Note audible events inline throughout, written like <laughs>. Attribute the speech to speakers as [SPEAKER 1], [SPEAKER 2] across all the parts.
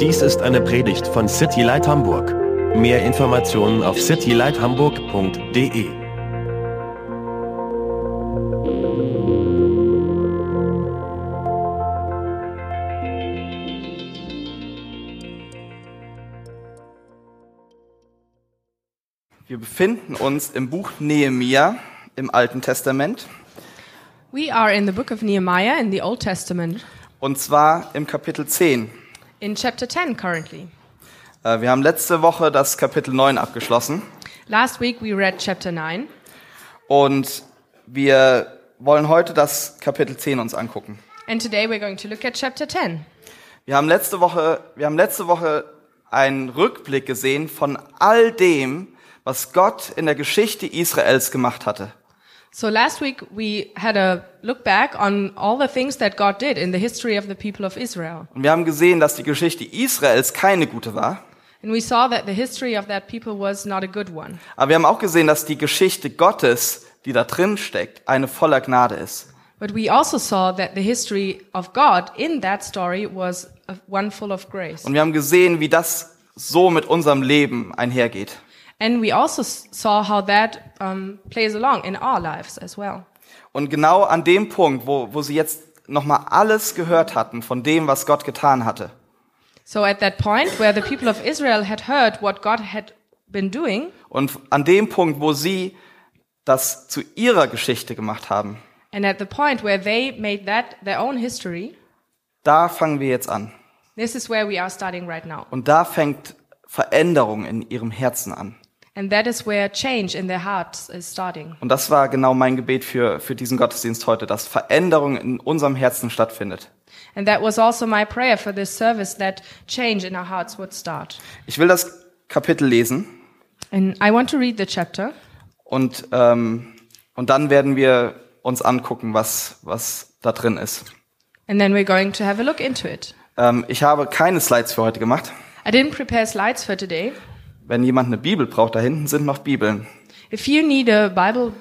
[SPEAKER 1] Dies ist eine Predigt von City Light Hamburg. Mehr Informationen auf citylighthamburg.de.
[SPEAKER 2] Wir befinden uns im Buch Nehemia im Alten Testament
[SPEAKER 3] We are in the book of Nehemiah in the Old Testament,
[SPEAKER 2] und zwar im Kapitel 10.
[SPEAKER 3] in chapter 10 currently.
[SPEAKER 2] Äh, Wir haben letzte Woche das Kapitel 9 abgeschlossen
[SPEAKER 3] Last week we read chapter 9,
[SPEAKER 2] und wir wollen heute das Kapitel 10 uns angucken.
[SPEAKER 3] and today we're going to look at chapter 10.
[SPEAKER 2] Wir haben letzte Woche, wir haben letzte Woche einen Rückblick gesehen von all dem, was Gott in der Geschichte Israels gemacht hatte.
[SPEAKER 3] So last week we had a look back on all the things that God did in the history of the people of Israel.
[SPEAKER 2] Und wir haben gesehen, dass die Geschichte Israels keine gute war.
[SPEAKER 3] And we saw that the history of that people was not a good one.
[SPEAKER 2] Aber wir haben auch gesehen, dass die Geschichte Gottes, die da drin steckt, eine voller Gnade ist.
[SPEAKER 3] But we also saw that the history of God in that story was a- one full of grace.
[SPEAKER 2] Und wir haben gesehen, wie das so mit unserem Leben einhergeht.
[SPEAKER 3] And we also s- saw how that um, plays along in our lives as well.
[SPEAKER 2] Und genau an dem Punkt, wo, wo sie jetzt nochmal alles gehört hatten von dem, was Gott getan hatte,
[SPEAKER 3] So at that point where the people of Israel had heard what God had been doing,
[SPEAKER 2] und an dem Punkt, wo sie das zu ihrer Geschichte gemacht haben,
[SPEAKER 3] and at the point where they made that their own history,
[SPEAKER 2] da fangen wir jetzt an.
[SPEAKER 3] this is where we are starting right now.
[SPEAKER 2] Und da fängt Veränderung in ihrem Herzen an.
[SPEAKER 3] And that is where change in their hearts is starting.
[SPEAKER 2] Und das war genau mein Gebet für, für diesen Gottesdienst heute, dass Veränderung in unserem Herzen stattfindet.
[SPEAKER 3] And that was also my prayer for this service that change in our hearts would start.
[SPEAKER 2] Ich will das Kapitel lesen
[SPEAKER 3] And I want to read the chapter,
[SPEAKER 2] und, ähm, und dann werden wir uns angucken, was, was da drin ist.
[SPEAKER 3] and then we're going to have a look into it.
[SPEAKER 2] Ähm, ich habe keine Slides für heute gemacht.
[SPEAKER 3] I didn't prepare slides for today.
[SPEAKER 2] Wenn jemand eine Bibel braucht, da hinten sind noch Bibeln.
[SPEAKER 3] If you need a Bible,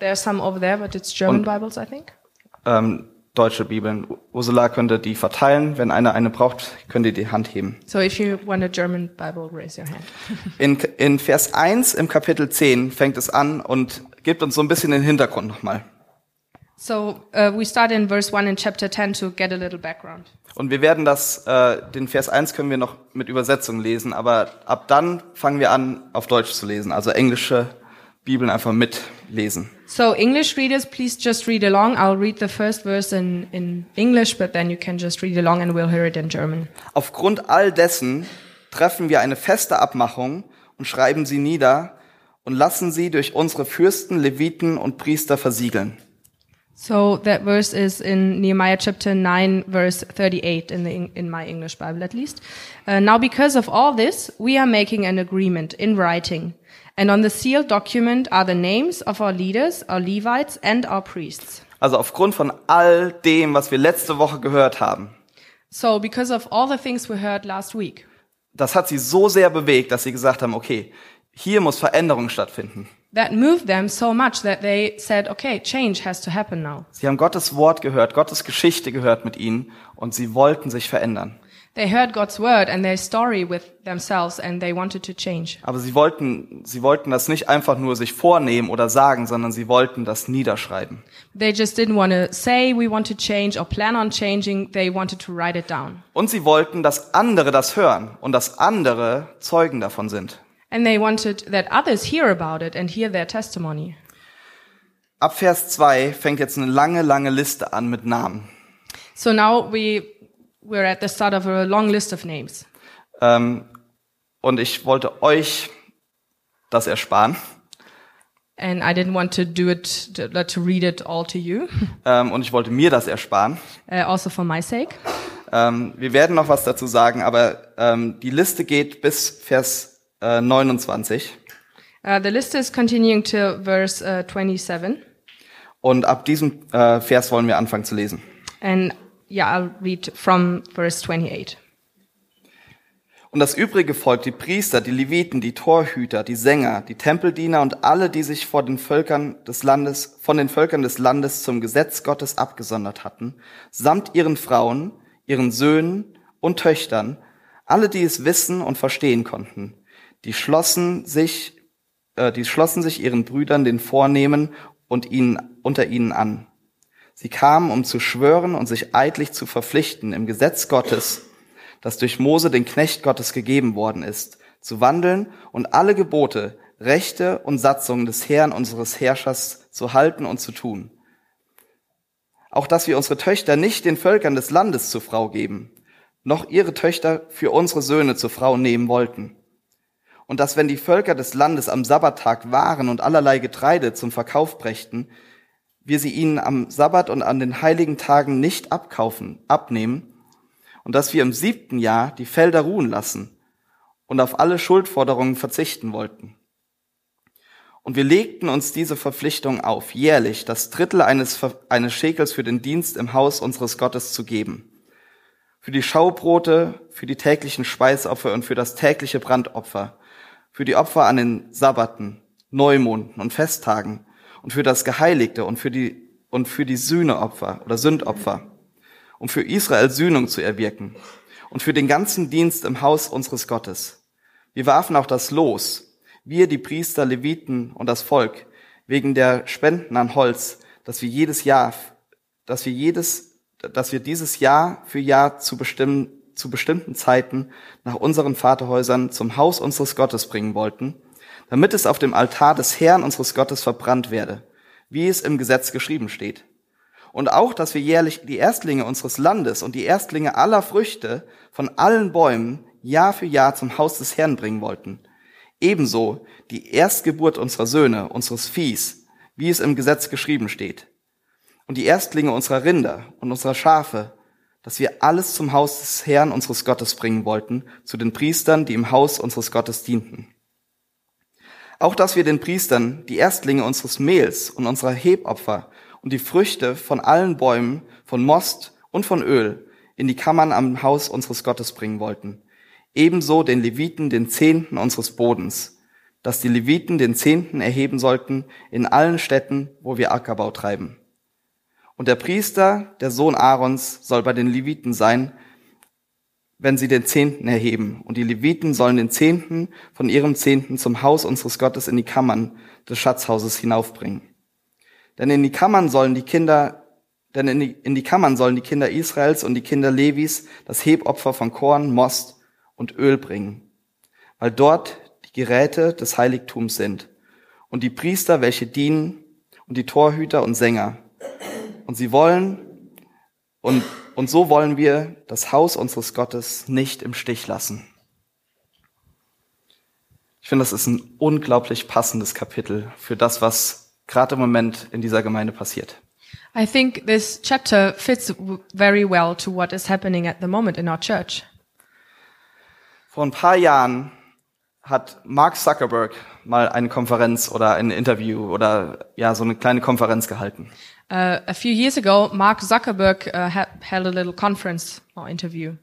[SPEAKER 3] there's some over there, but it's German
[SPEAKER 2] Und-
[SPEAKER 3] Bibles, I think.
[SPEAKER 2] Ähm, deutsche Bibeln. Ursula könnte die verteilen. Wenn einer eine braucht, könnt ihr die Hand heben.
[SPEAKER 3] So if you want a German Bible, raise your hand.
[SPEAKER 2] In, in Vers 1 im Kapitel 10 fängt es an und gibt uns so ein bisschen den Hintergrund nochmal.
[SPEAKER 3] So uh, we start in verse 1 in chapter 10 to get a little background.
[SPEAKER 2] Und wir werden das, äh, den Vers 1 können wir noch mit Übersetzung lesen, aber ab dann fangen wir an, auf Deutsch zu lesen. Also englische Bibeln einfach mitlesen.
[SPEAKER 3] So English readers, please just read along. I'll read the first verse in, in English, but then you can just read along and we'll hear it in German.
[SPEAKER 2] Aufgrund all dessen treffen wir eine feste Abmachung und schreiben sie nieder und lassen sie durch unsere Fürsten, Leviten und Priester versiegeln.
[SPEAKER 3] So that verse is in Nehemiah chapter 9, verse 38 in, the, Eng- in my English Bible at least. Uh, now, because of all this, we are making an agreement in writing. And on the sealed document are the names of our leaders, our Levites, and our priests.
[SPEAKER 2] Also aufgrund von all dem, was wir letzte Woche gehört haben.
[SPEAKER 3] So, because of all the things we heard last week,
[SPEAKER 2] Das hat sie so sehr bewegt, dass sie gesagt haben, okay, hier muss Veränderung stattfinden.
[SPEAKER 3] that moved them so much that they said, okay, change has to happen now.
[SPEAKER 2] Sie haben Gottes Wort gehört, Gottes Geschichte gehört mit ihnen und sie wollten sich verändern.
[SPEAKER 3] They heard God's word and their story with themselves and they wanted to change.
[SPEAKER 2] Aber sie wollten, sie wollten das nicht einfach nur sich vornehmen oder sagen, sondern sie wollten das niederschreiben.
[SPEAKER 3] They just didn't want to say, we want to change or plan on changing. They wanted to write it down.
[SPEAKER 2] Und sie wollten, dass andere das hören und dass andere Zeugen davon sind.
[SPEAKER 3] And they wanted that others hear about it and hear their testimony.
[SPEAKER 2] Ab Vers 2 fängt jetzt eine lange, lange Liste an mit Namen.
[SPEAKER 3] So now we, we're at the start of a long list of names.
[SPEAKER 2] Ähm, und ich wollte euch das ersparen.
[SPEAKER 3] And I didn't want to do it, to, to read it all to you, <laughs>
[SPEAKER 2] Ähm, und ich wollte mir das ersparen.
[SPEAKER 3] uh, also for my sake.
[SPEAKER 2] Ähm, wir werden noch was dazu sagen, aber ähm, die Liste geht bis Vers äh, 29.
[SPEAKER 3] Uh, the list is continuing to verse uh, 27.
[SPEAKER 2] Und ab diesem äh, Vers wollen wir anfangen zu lesen.
[SPEAKER 3] And yeah, I'll read from verse 28.
[SPEAKER 2] Und das übrige Volk, die Priester, die Leviten, die Torhüter, die Sänger, die Tempeldiener und alle, die sich vor den Völkern des Landes, von den Völkern des Landes zum Gesetz Gottes abgesondert hatten, samt ihren Frauen, ihren Söhnen und Töchtern, Alle, die es wissen und verstehen konnten, die schlossen sich, äh, die schlossen sich ihren Brüdern, den Vornehmen und ihnen, unter ihnen an. Sie kamen, um zu schwören und sich eidlich zu verpflichten, im Gesetz Gottes, das durch Mose den Knecht Gottes gegeben worden ist, zu wandeln und alle Gebote, Rechte und Satzungen des Herrn unseres Herrschers zu halten und zu tun. Auch dass wir unsere Töchter nicht den Völkern des Landes zur Frau geben, noch ihre Töchter für unsere Söhne zur Frau nehmen wollten. Und dass wenn die Völker des Landes am Sabbattag Waren und allerlei Getreide zum Verkauf brächten, wir sie ihnen am Sabbat und an den heiligen Tagen nicht abkaufen, abnehmen, und dass wir im siebten Jahr die Felder ruhen lassen und auf alle Schuldforderungen verzichten wollten. Und wir legten uns diese Verpflichtung auf, jährlich das Drittel eines, Ver eines Schekels für den Dienst im Haus unseres Gottes zu geben. Für die Schaubrote, für die täglichen Speisopfer und für das tägliche Brandopfer, für die Opfer an den Sabbaten, Neumonden und Festtagen und für das Geheiligte und für die, und für die Sühneopfer oder Sündopfer, um für Israel Sühnung zu erwirken und für den ganzen Dienst im Haus unseres Gottes. Wir warfen auch das Los, wir, die Priester, Leviten und das Volk, wegen der Spenden an Holz, dass wir jedes Jahr, dass wir jedes, dass wir dieses Jahr für Jahr zu bestimmen, zu bestimmten Zeiten nach unseren Vaterhäusern zum Haus unseres Gottes bringen wollten, damit es auf dem Altar des Herrn unseres Gottes verbrannt werde, wie es im Gesetz geschrieben steht. Und auch, dass wir jährlich die Erstlinge unseres Landes und die Erstlinge aller Früchte von allen Bäumen Jahr für Jahr zum Haus des Herrn bringen wollten, ebenso die Erstgeburt unserer Söhne, unseres Viehs, wie es im Gesetz geschrieben steht, und die Erstlinge unserer Rinder und unserer Schafe, dass wir alles zum Haus des Herrn unseres Gottes bringen wollten, zu den Priestern, die im Haus unseres Gottes dienten. Auch dass wir den Priestern die Erstlinge unseres Mehls und unserer Hebopfer und die Früchte von allen Bäumen, von Most und von Öl in die Kammern am Haus unseres Gottes bringen wollten, ebenso den Leviten den Zehnten unseres Bodens, dass die Leviten den Zehnten erheben sollten in allen Städten, wo wir Ackerbau treiben. Und der Priester, der Sohn Aarons, soll bei den Leviten sein, wenn sie den Zehnten erheben. Und die Leviten sollen den Zehnten von ihrem Zehnten zum Haus unseres Gottes in die Kammern des Schatzhauses hinaufbringen. Denn in die Kammern sollen die Kinder denn in die, in die Kammern sollen die Kinder Israels und die Kinder Levis das Hebopfer von Korn, Most und Öl bringen, weil dort die Geräte des Heiligtums sind und die Priester, welche dienen, und die Torhüter und Sänger. Und sie wollen, und, und so wollen wir das Haus unseres Gottes nicht im Stich lassen. Ich finde, das ist ein unglaublich passendes Kapitel für das, was gerade im Moment in dieser Gemeinde passiert.
[SPEAKER 3] I think this chapter fits very well to what is happening at the moment in our church.
[SPEAKER 2] Vor ein paar Jahren hat Mark Zuckerberg mal eine Konferenz oder ein Interview oder ja so eine kleine Konferenz gehalten.
[SPEAKER 3] Uh, a few years ago, Mark Zuckerberg uh, ha had a little conference or interview.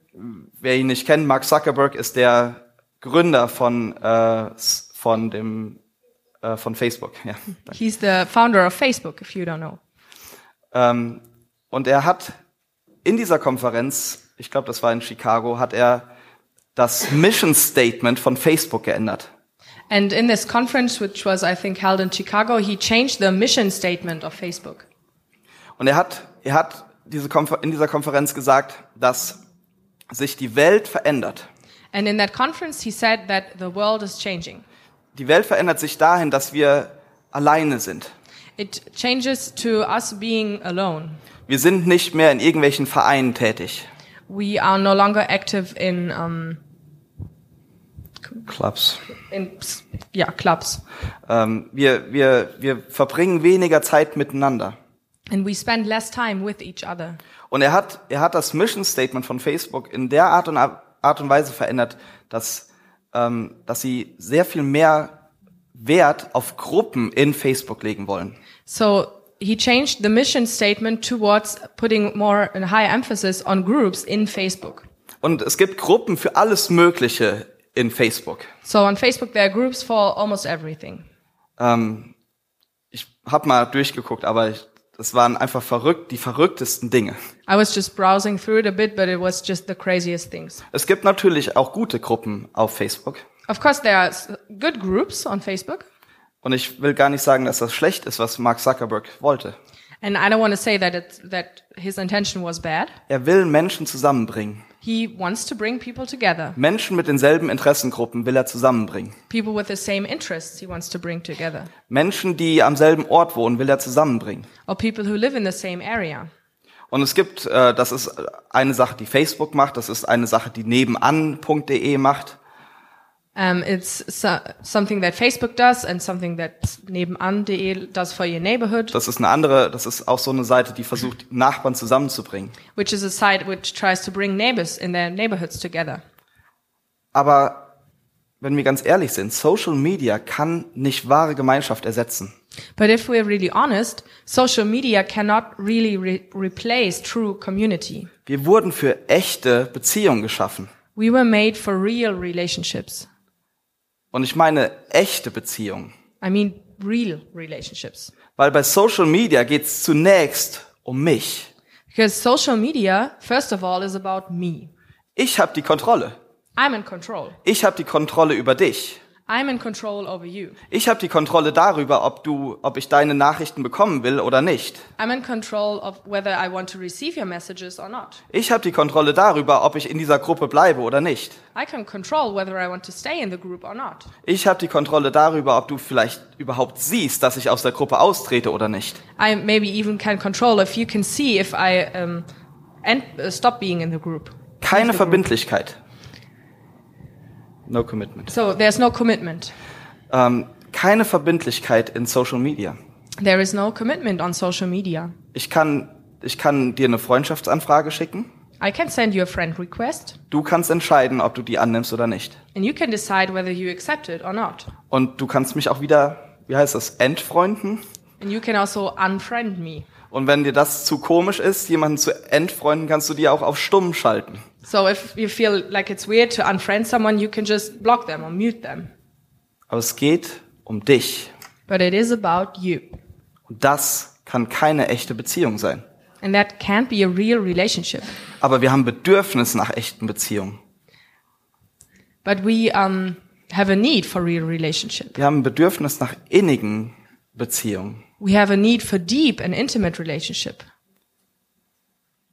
[SPEAKER 2] Wer ihn nicht kennt, Mark Zuckerberg ist der Gründer von äh, s- von dem äh, von Facebook. Ja, danke.
[SPEAKER 3] He's the founder of Facebook, if you don't know.
[SPEAKER 2] ähm, und er hat in dieser Konferenz, ich glaube, das war in Chicago, hat er das Mission Statement von Facebook geändert.
[SPEAKER 3] And in this conference, which was, I think, held in Chicago, he changed the mission statement of Facebook.
[SPEAKER 2] Und er hat, er hat diese Konfer in dieser Konferenz gesagt, dass sich die Welt verändert.
[SPEAKER 3] And in that conference, he said that the world is changing.
[SPEAKER 2] Die Welt verändert sich dahin, dass wir alleine sind.
[SPEAKER 3] It changes to us being alone.
[SPEAKER 2] Wir sind nicht mehr in irgendwelchen Vereinen tätig.
[SPEAKER 3] We are no longer active in, um,
[SPEAKER 2] Clubs.
[SPEAKER 3] in yeah, clubs.
[SPEAKER 2] Ähm, wir, wir, wir verbringen weniger Zeit miteinander.
[SPEAKER 3] And we spend less time with each other.
[SPEAKER 2] Und er hat, er hat das Mission Statement von Facebook in der Art und, Art und Weise verändert, dass, ähm, dass sie sehr viel mehr Wert auf Gruppen in Facebook legen wollen.
[SPEAKER 3] So he changed the mission statement towards putting more and high emphasis on groups in Facebook.
[SPEAKER 2] Und es gibt Gruppen für alles Mögliche in Facebook.
[SPEAKER 3] So on Facebook, there are groups for almost everything.
[SPEAKER 2] Ähm, ich habe mal durchgeguckt, aber ich, das waren einfach verrückt, die verrücktesten Dinge.
[SPEAKER 3] I was just browsing through it a bit, but it was just the craziest things.
[SPEAKER 2] Es gibt natürlich auch gute Gruppen auf Facebook.
[SPEAKER 3] Of course, there are s- good groups on Facebook,
[SPEAKER 2] Und ich will gar nicht sagen, dass das schlecht ist, was Mark Zuckerberg wollte.
[SPEAKER 3] and I don't want to say that it, that his intention was bad.
[SPEAKER 2] Er will Menschen zusammenbringen.
[SPEAKER 3] He wants to bring people together,
[SPEAKER 2] Menschen mit denselben Interessengruppen will er zusammenbringen.
[SPEAKER 3] people with the same interests. He wants to bring together,
[SPEAKER 2] Menschen, die am selben Ort wohnen, will er zusammenbringen.
[SPEAKER 3] or people who live in the same area.
[SPEAKER 2] Und es gibt, äh, das ist eine Sache, die Facebook macht, das ist eine Sache, die nebenan.de macht.
[SPEAKER 3] Um, it's so, something that Facebook does, and something that nebenan.de does for your neighborhood,
[SPEAKER 2] Das ist eine andere, das ist auch so eine Seite, die versucht, Nachbarn zusammenzubringen.
[SPEAKER 3] which is a site which tries to bring neighbors in their neighborhoods together.
[SPEAKER 2] Aber wenn wir ganz ehrlich sind, Social Media kann nicht wahre Gemeinschaft ersetzen.
[SPEAKER 3] But if we're really honest, social media cannot really re- replace true community.
[SPEAKER 2] Wir wurden für echte Beziehungen geschaffen.
[SPEAKER 3] We were made for real relationships.
[SPEAKER 2] Und ich meine echte Beziehungen.
[SPEAKER 3] I mean, real relationships.
[SPEAKER 2] Weil bei Social Media geht's zunächst um mich.
[SPEAKER 3] Because social media, first of all, is about me.
[SPEAKER 2] Ich habe die Kontrolle.
[SPEAKER 3] I'm in control.
[SPEAKER 2] Ich habe die Kontrolle über dich.
[SPEAKER 3] I'm in control over you.
[SPEAKER 2] Ich habe die Kontrolle darüber, ob du, ob ich deine Nachrichten bekommen will oder nicht.
[SPEAKER 3] I'm in control of whether I want to receive your messages or not.
[SPEAKER 2] Ich habe die Kontrolle darüber, ob ich in dieser Gruppe bleibe oder nicht.
[SPEAKER 3] I can control whether I want to stay in the group or not.
[SPEAKER 2] Ich habe die Kontrolle darüber, ob du vielleicht überhaupt siehst, dass ich aus der Gruppe austrete oder nicht.
[SPEAKER 3] I maybe even can control if you can see if I um, and uh, stop being in the group.
[SPEAKER 2] Keine
[SPEAKER 3] Leave the group.
[SPEAKER 2] Verbindlichkeit. No commitment.
[SPEAKER 3] So there's no commitment.
[SPEAKER 2] Ähm, keine Verbindlichkeit in Social Media.
[SPEAKER 3] There is no commitment on social media.
[SPEAKER 2] Ich kann, ich kann dir eine Freundschaftsanfrage schicken.
[SPEAKER 3] I can send you a friend request,
[SPEAKER 2] Du kannst entscheiden, ob du die annimmst oder nicht.
[SPEAKER 3] and you can decide whether you accept it or not.
[SPEAKER 2] Und du kannst mich auch wieder, wie heißt das, entfreunden.
[SPEAKER 3] And you can also unfriend me.
[SPEAKER 2] Und wenn dir das zu komisch ist, jemanden zu entfreunden, kannst du die auch auf stumm schalten.
[SPEAKER 3] So if you feel like it's weird to unfriend someone, you can just block them or mute them.
[SPEAKER 2] Aber es geht um dich.
[SPEAKER 3] But it is about you.
[SPEAKER 2] Und das kann keine echte Beziehung sein.
[SPEAKER 3] And that can't be a real relationship.
[SPEAKER 2] Aber wir haben Bedürfnis nach echten Beziehungen.
[SPEAKER 3] But we um, have a need for real relationship.
[SPEAKER 2] Wir haben ein Bedürfnis nach innigen Beziehungen.
[SPEAKER 3] We have a need for deep and intimate relationship.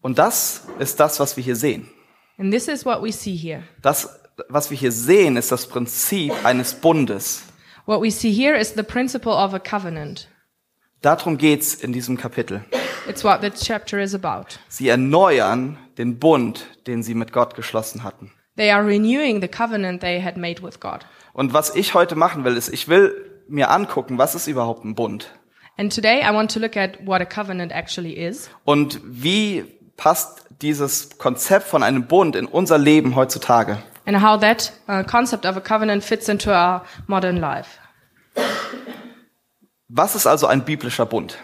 [SPEAKER 2] Und das ist das, was wir hier sehen.
[SPEAKER 3] And this is what we see here.
[SPEAKER 2] Das, was wir hier sehen, ist das Prinzip eines Bundes.
[SPEAKER 3] What we see here is the principle of a covenant.
[SPEAKER 2] Darum geht's in diesem Kapitel.
[SPEAKER 3] It's what this chapter is about.
[SPEAKER 2] Sie erneuern den Bund, den sie mit Gott geschlossen hatten.
[SPEAKER 3] They are renewing the covenant they had made with God.
[SPEAKER 2] Und was ich heute machen will, ist, ich will mir angucken, was ist überhaupt ein Bund?
[SPEAKER 3] And today I want to look at what a covenant actually is
[SPEAKER 2] Und wie passt dieses Konzept von einem Bund in unser Leben heutzutage?
[SPEAKER 3] and how that uh, concept of a covenant fits into our modern life.
[SPEAKER 2] Was ist also ein biblischer Bund?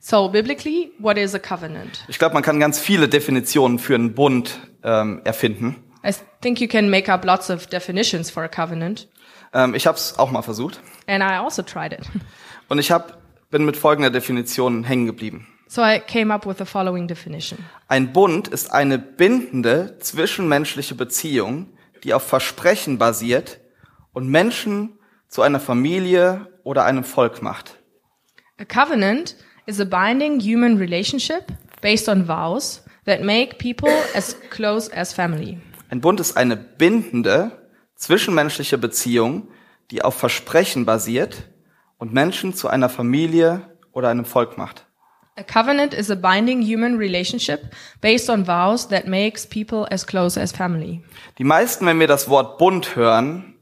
[SPEAKER 3] So, biblically, what is a covenant?
[SPEAKER 2] Ich glaube, man kann ganz viele Definitionen für einen Bund ähm, erfinden.
[SPEAKER 3] I think you can make up lots of definitions for a covenant,
[SPEAKER 2] Ähm, ich habe es auch mal versucht.
[SPEAKER 3] and I also tried it. <laughs>
[SPEAKER 2] Und ich hab, bin mit folgender Definition hängen geblieben.
[SPEAKER 3] So I came up with the following definition.
[SPEAKER 2] Ein Bund ist eine bindende zwischenmenschliche Beziehung, die auf Versprechen basiert und Menschen zu einer Familie oder einem Volk macht.
[SPEAKER 3] A covenant is a binding human relationship based on vows that make people as close as family.
[SPEAKER 2] Ein Bund ist eine bindende zwischenmenschliche Beziehung, die auf Versprechen basiert und Menschen zu einer Familie oder einem Volk macht.
[SPEAKER 3] A covenant is a binding human relationship based on vows that makes people as close as family.
[SPEAKER 2] Die meisten, wenn wir das Wort Bund hören,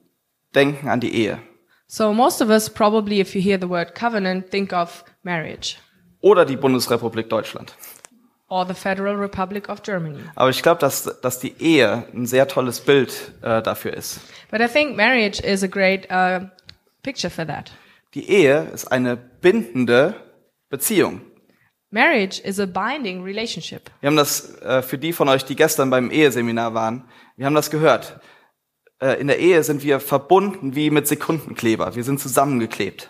[SPEAKER 2] denken an die Ehe
[SPEAKER 3] So most of us probably if you hear the word covenant think of marriage
[SPEAKER 2] oder die Bundesrepublik Deutschland.
[SPEAKER 3] or the Federal Republic of Germany.
[SPEAKER 2] Aber ich glaube, dass, dass die Ehe ein sehr tolles Bild äh, dafür ist.
[SPEAKER 3] But I think marriage is a great uh, picture for that.
[SPEAKER 2] Die Ehe ist eine bindende Beziehung.
[SPEAKER 3] Marriage is a binding relationship.
[SPEAKER 2] Wir haben das äh, für die von euch, die gestern beim Eheseminar waren, wir haben das gehört. Äh, in der Ehe sind wir verbunden wie mit Sekundenkleber. Wir sind zusammengeklebt.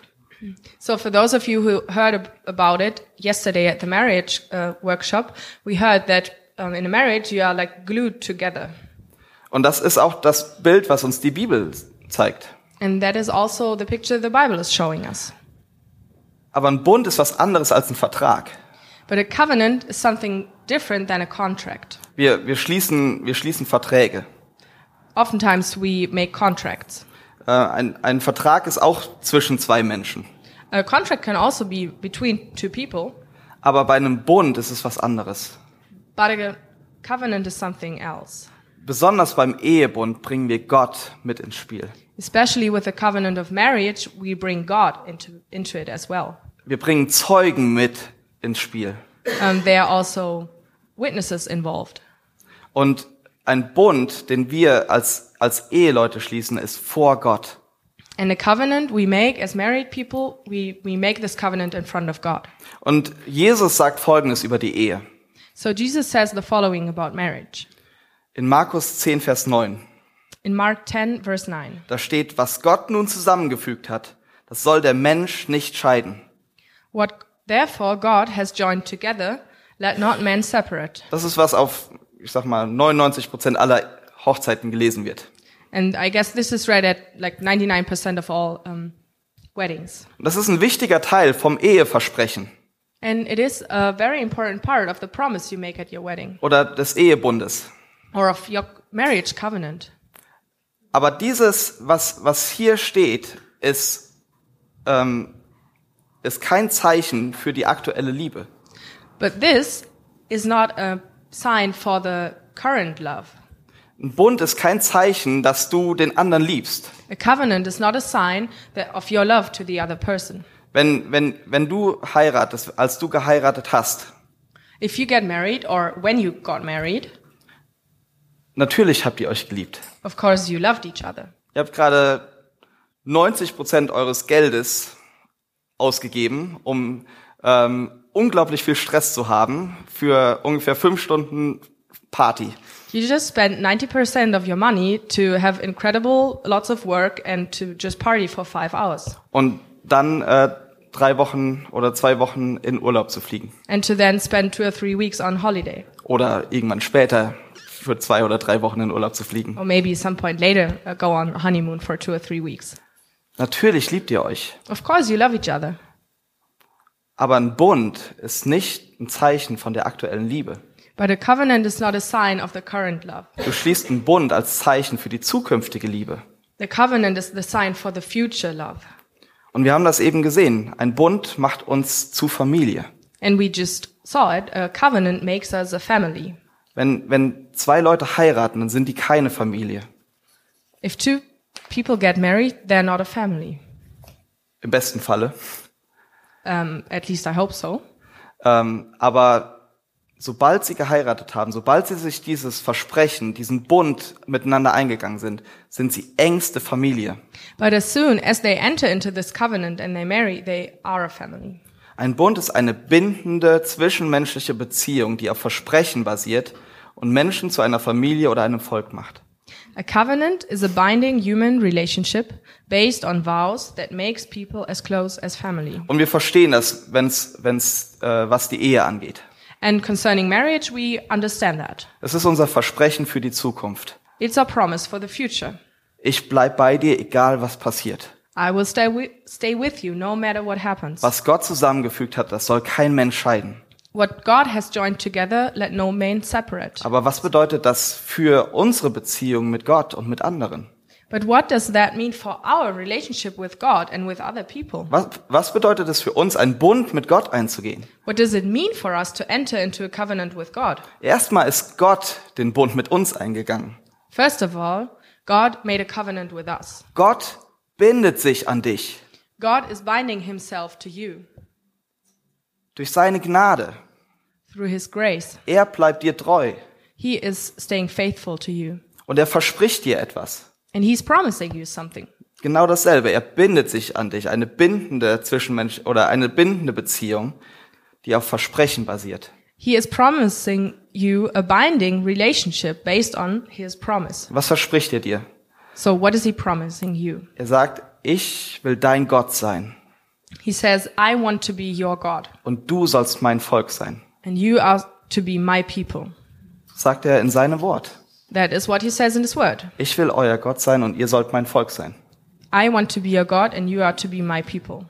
[SPEAKER 3] So, for those of you who heard ab- about it yesterday at the marriage uh, workshop, we heard that um, in a marriage you are like glued together.
[SPEAKER 2] Und das ist auch das Bild, was uns die Bibel zeigt.
[SPEAKER 3] And that is also the picture the Bible is showing us.
[SPEAKER 2] Aber ein Bund ist was anderes als ein Vertrag.
[SPEAKER 3] But a covenant is something different than a contract.
[SPEAKER 2] Wir, wir, schließen, wir schließen Verträge.
[SPEAKER 3] Oftentimes we make contracts.
[SPEAKER 2] Äh, ein, ein Vertrag ist auch zwischen zwei Menschen.
[SPEAKER 3] A contract can also be between two people,
[SPEAKER 2] Aber bei einem Bund ist es was anderes.
[SPEAKER 3] but a covenant is something else.
[SPEAKER 2] Besonders beim Ehebund bringen wir Gott mit ins Spiel.
[SPEAKER 3] Especially with the covenant of marriage, we bring God into, into it as well.
[SPEAKER 2] Wir bringen Zeugen mit ins Spiel.
[SPEAKER 3] Um, there are also witnesses involved.
[SPEAKER 2] Und ein Bund, den wir als, als Eheleute schließen, ist vor Gott.
[SPEAKER 3] And the covenant we make as married people, we, we make this covenant in front of God.
[SPEAKER 2] Und Jesus sagt Folgendes über die Ehe.
[SPEAKER 3] So Jesus says the following about marriage.
[SPEAKER 2] In Markus 10, Vers 9.
[SPEAKER 3] In Mark 10, verse 9.
[SPEAKER 2] Da steht, was Gott nun zusammengefügt hat, das soll der Mensch nicht scheiden.
[SPEAKER 3] What therefore God has joined together, let not man separate.
[SPEAKER 2] Das ist was auf, ich sag mal, 99 Prozent aller Hochzeiten gelesen wird.
[SPEAKER 3] And I guess this is read at like 99% of all um, weddings.
[SPEAKER 2] Und das ist ein wichtiger Teil vom Eheversprechen
[SPEAKER 3] And it is a very important part of the promise you make at your wedding
[SPEAKER 2] oder des Ehebundes.
[SPEAKER 3] or of your marriage covenant.
[SPEAKER 2] Aber dieses, was, was hier steht, ist, ähm, ist kein Zeichen für die aktuelle Liebe.
[SPEAKER 3] But this is not a sign for the current love.
[SPEAKER 2] Ein Bund ist kein Zeichen, dass du den anderen liebst.
[SPEAKER 3] A covenant is not a sign that of your love to the other person.
[SPEAKER 2] Wenn, wenn, wenn du heiratest, als du geheiratet hast,
[SPEAKER 3] If you get married or when you got married,
[SPEAKER 2] natürlich habt ihr euch geliebt.
[SPEAKER 3] of course you loved each other.
[SPEAKER 2] Ihr habt gerade 90 Prozent eures Geldes ausgegeben, um ähm, unglaublich viel Stress zu haben für ungefähr fünf Stunden Party.
[SPEAKER 3] You just spent 90% of your money to have incredible lots of work and to just party for five hours
[SPEAKER 2] und dann äh, drei Wochen oder zwei Wochen in Urlaub zu fliegen
[SPEAKER 3] and to then spend two or three weeks on holiday
[SPEAKER 2] oder irgendwann später für zwei oder drei Wochen in Urlaub zu fliegen.
[SPEAKER 3] or maybe some point later uh, go on honeymoon for two or three weeks.
[SPEAKER 2] Natürlich liebt ihr euch,
[SPEAKER 3] Of course you love each other,
[SPEAKER 2] aber ein Bund ist nicht ein Zeichen von der aktuellen Liebe.
[SPEAKER 3] but a covenant is not a sign of the current love.
[SPEAKER 2] Du schließt einen Bund als Zeichen für die zukünftige Liebe.
[SPEAKER 3] The covenant is the sign for the future love.
[SPEAKER 2] Und wir haben das eben gesehen. Ein Bund macht uns zu Familie.
[SPEAKER 3] And we just saw it, a covenant makes us a family.
[SPEAKER 2] Wenn, wenn zwei Leute heiraten, dann sind die keine Familie.
[SPEAKER 3] If two people get married, they're not a family.
[SPEAKER 2] Im besten Falle.
[SPEAKER 3] Um, at least I hope so.
[SPEAKER 2] Ähm, aber sobald sie geheiratet haben, sobald sie sich dieses Versprechen, diesen Bund miteinander eingegangen sind, sind sie engste Familie.
[SPEAKER 3] But as soon as they enter into this covenant and they marry, they are a family.
[SPEAKER 2] Ein Bund ist eine bindende zwischenmenschliche Beziehung, die auf Versprechen basiert und Menschen zu einer Familie oder einem Volk macht.
[SPEAKER 3] A covenant is a binding human relationship based on vows that makes people as close as family.
[SPEAKER 2] Und wir verstehen das, wenn's, wenn's, äh, was die Ehe angeht.
[SPEAKER 3] And concerning marriage, we understand that.
[SPEAKER 2] Es ist unser Versprechen für die Zukunft.
[SPEAKER 3] It's a promise for the future.
[SPEAKER 2] Ich bleib bei dir, egal was passiert.
[SPEAKER 3] I will stay, wi- stay with you no matter what happens.
[SPEAKER 2] Was Gott zusammengefügt hat, das soll kein Mensch scheiden.
[SPEAKER 3] What God has joined together, let no man separate.
[SPEAKER 2] Aber was bedeutet das für unsere Beziehung mit Gott und mit anderen?
[SPEAKER 3] But what does that mean for our relationship with God and with other people?
[SPEAKER 2] Was, was bedeutet es für uns, einen Bund mit Gott einzugehen?
[SPEAKER 3] What does it mean for us to enter into a covenant with God?
[SPEAKER 2] Erstmal ist Gott den Bund mit uns eingegangen.
[SPEAKER 3] First of all, God made a covenant with us.
[SPEAKER 2] Gott bindet sich an dich
[SPEAKER 3] God is binding himself to you
[SPEAKER 2] durch seine Gnade.
[SPEAKER 3] through his grace.
[SPEAKER 2] Er bleibt dir treu
[SPEAKER 3] He is staying faithful to you
[SPEAKER 2] und er verspricht dir etwas.
[SPEAKER 3] and he's promising you something.
[SPEAKER 2] Genau dasselbe. Er bindet sich an dich. Eine bindende Zwischenmensch oder eine bindende Beziehung, die auf Versprechen basiert.
[SPEAKER 3] He is promising you a binding relationship based on his promise.
[SPEAKER 2] Was verspricht er dir?
[SPEAKER 3] So what is he promising you?
[SPEAKER 2] Er sagt, ich will dein Gott sein.
[SPEAKER 3] He says, I want to be your God,
[SPEAKER 2] und du sollst mein Volk sein,
[SPEAKER 3] and you are to be my people.
[SPEAKER 2] sagt er in seinem Wort.
[SPEAKER 3] That is what he says in his word.
[SPEAKER 2] Ich will euer Gott sein und ihr sollt mein Volk sein.
[SPEAKER 3] I want to be your God, and you are to be my people.